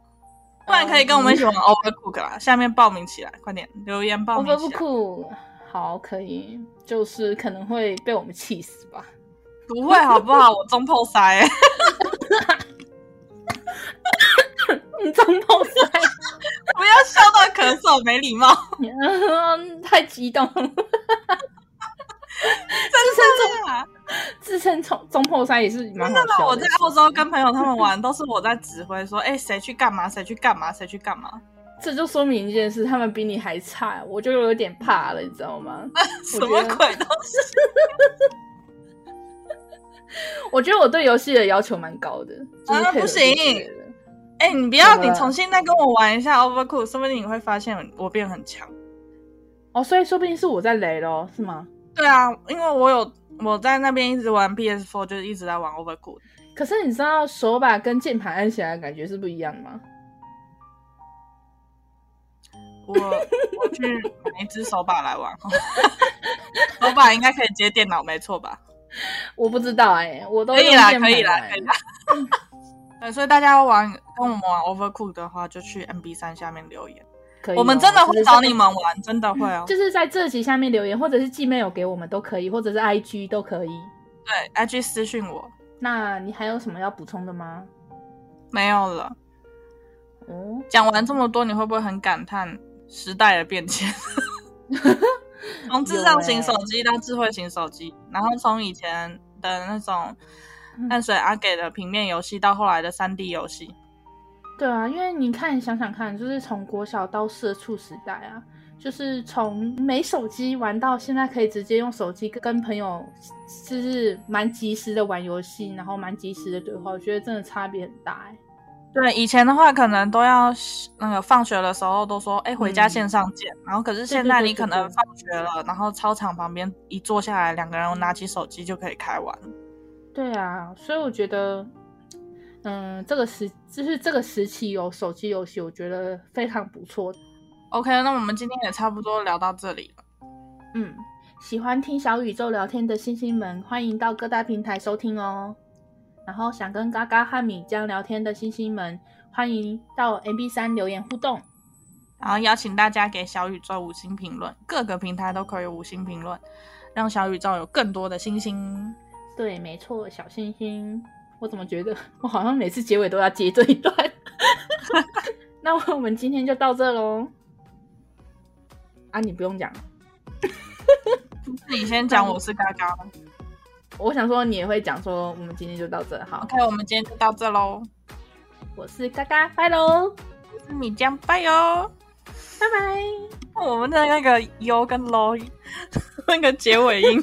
[SPEAKER 3] 不然可以跟我们一
[SPEAKER 1] 嗯
[SPEAKER 3] 起玩 Overcook 啦，下面报名起来，快点留言报
[SPEAKER 1] 我
[SPEAKER 3] 名
[SPEAKER 1] 们
[SPEAKER 3] 起
[SPEAKER 1] 不
[SPEAKER 3] 来。
[SPEAKER 1] 酷，好，可以，就是可能会被我们气死吧。
[SPEAKER 3] 不会好不好？我中破塞、欸，
[SPEAKER 1] 你张头塞。
[SPEAKER 3] *laughs* 不要笑到咳嗽，没礼貌。
[SPEAKER 1] 嗯 *laughs* 太激动了，
[SPEAKER 3] 真的啦，啊
[SPEAKER 1] 自称中中破塞也是蛮
[SPEAKER 3] 真
[SPEAKER 1] 好
[SPEAKER 3] 的啦！
[SPEAKER 1] 笑
[SPEAKER 3] 我
[SPEAKER 1] 的
[SPEAKER 3] 在。澳洲跟朋友他们玩，都是我在指挥说，哎、谁去干嘛，谁去干嘛，谁去干嘛。
[SPEAKER 1] 这就说明一件事，他们比你还差，我就有点怕了，你知道吗？ *laughs*
[SPEAKER 3] 什么鬼东西？
[SPEAKER 1] 我觉得我对游戏的要求蛮高的，就是
[SPEAKER 3] 啊
[SPEAKER 1] 配合
[SPEAKER 3] 不行
[SPEAKER 1] 度之类的
[SPEAKER 3] 哎、你不要，
[SPEAKER 1] 怎么
[SPEAKER 3] 你
[SPEAKER 1] 了
[SPEAKER 3] 重新再跟我玩一下 Overcook，说不定你会发现我变很强。
[SPEAKER 1] 哦，所以说不定是我在雷咯，是吗？
[SPEAKER 3] 对啊，因为我有我在那边一直玩 PS4，就是一直在玩 Overcook。
[SPEAKER 1] 可是你知道手把跟键盘按起来的感觉是不一样的吗？
[SPEAKER 3] 我我去买一只手把来玩，手把应该可以接电脑，没错吧？
[SPEAKER 1] 我不知道哎、我都
[SPEAKER 3] 可以
[SPEAKER 1] 用
[SPEAKER 3] 啦，
[SPEAKER 1] 键
[SPEAKER 3] 可
[SPEAKER 1] 盘
[SPEAKER 3] 以啦，
[SPEAKER 1] 来
[SPEAKER 3] 可以啦。对，所以大家要玩跟我们玩 Overcook 的话，就去 MB 三下面留言，
[SPEAKER 1] 可以哦
[SPEAKER 3] 我们真的会找你。
[SPEAKER 1] 就是在
[SPEAKER 3] 们玩，真的会哦。
[SPEAKER 1] 就是在这集下面留言，或者是寄 mail 给我们都可以，或者是 IG 都可以。
[SPEAKER 3] 对，IG 私讯我，
[SPEAKER 1] 那你还有什么要补充的吗？
[SPEAKER 3] 没有了。
[SPEAKER 1] 哦，
[SPEAKER 3] 讲完这么多，你会不会很感叹时代的变
[SPEAKER 1] *laughs*
[SPEAKER 3] 迁？从智障
[SPEAKER 1] 欸
[SPEAKER 3] 型手机到智慧型手机，然后从以前的那种
[SPEAKER 1] 嗯
[SPEAKER 3] 淡水阿给的平面游戏，到后来的三 D 游戏，
[SPEAKER 1] 对啊，因为你看，想想看，就是从国小到社畜时代啊，就是从没手机玩到现在可以直接用手机跟朋友，就是蛮及时的玩游戏，然后蛮及时的对话，我觉得真的差别很大哎、
[SPEAKER 3] 对，以前的话可能都要那个放学的时候都说，哎、回家
[SPEAKER 1] 嗯
[SPEAKER 3] 线上见。然后可是现
[SPEAKER 1] 对
[SPEAKER 3] 在
[SPEAKER 1] 对
[SPEAKER 3] 你
[SPEAKER 1] 对
[SPEAKER 3] 可能
[SPEAKER 1] 对
[SPEAKER 3] 放学了，然后操场旁边一坐下来，两个人拿起手机就可以开玩。
[SPEAKER 1] 对啊，所以我觉得，嗯，这个时就是这个时期有手机游戏，我觉得非常不错。
[SPEAKER 3] OK，那我们今天也差不多聊到这里了。
[SPEAKER 1] 嗯，喜欢听小宇宙聊天的星星们，欢迎到各大平台收听哦。然后想跟嘎嘎和米江聊天的星星们，欢迎到 MB 三留言互动。
[SPEAKER 3] 然后邀请大家给小宇宙五星评论，各个平台都可以五星评论，让小宇宙有更多的星星。
[SPEAKER 1] 对，没错，小星星。我怎么觉得我好像每次结尾都要接这一段？ *laughs* 那我们今天就到这喽。啊，你不用讲，
[SPEAKER 3] 自己先讲，我是嘎嘎。
[SPEAKER 1] 我想说你也会讲说我们今天就到这。好，
[SPEAKER 3] OK，我们今天就到这喽，
[SPEAKER 1] 我是嘎嘎，拜喽，
[SPEAKER 3] 我是米江，拜哟。
[SPEAKER 1] 拜拜。
[SPEAKER 3] *laughs* 我们的那个 “yo” 跟 “lo” 那个结尾音。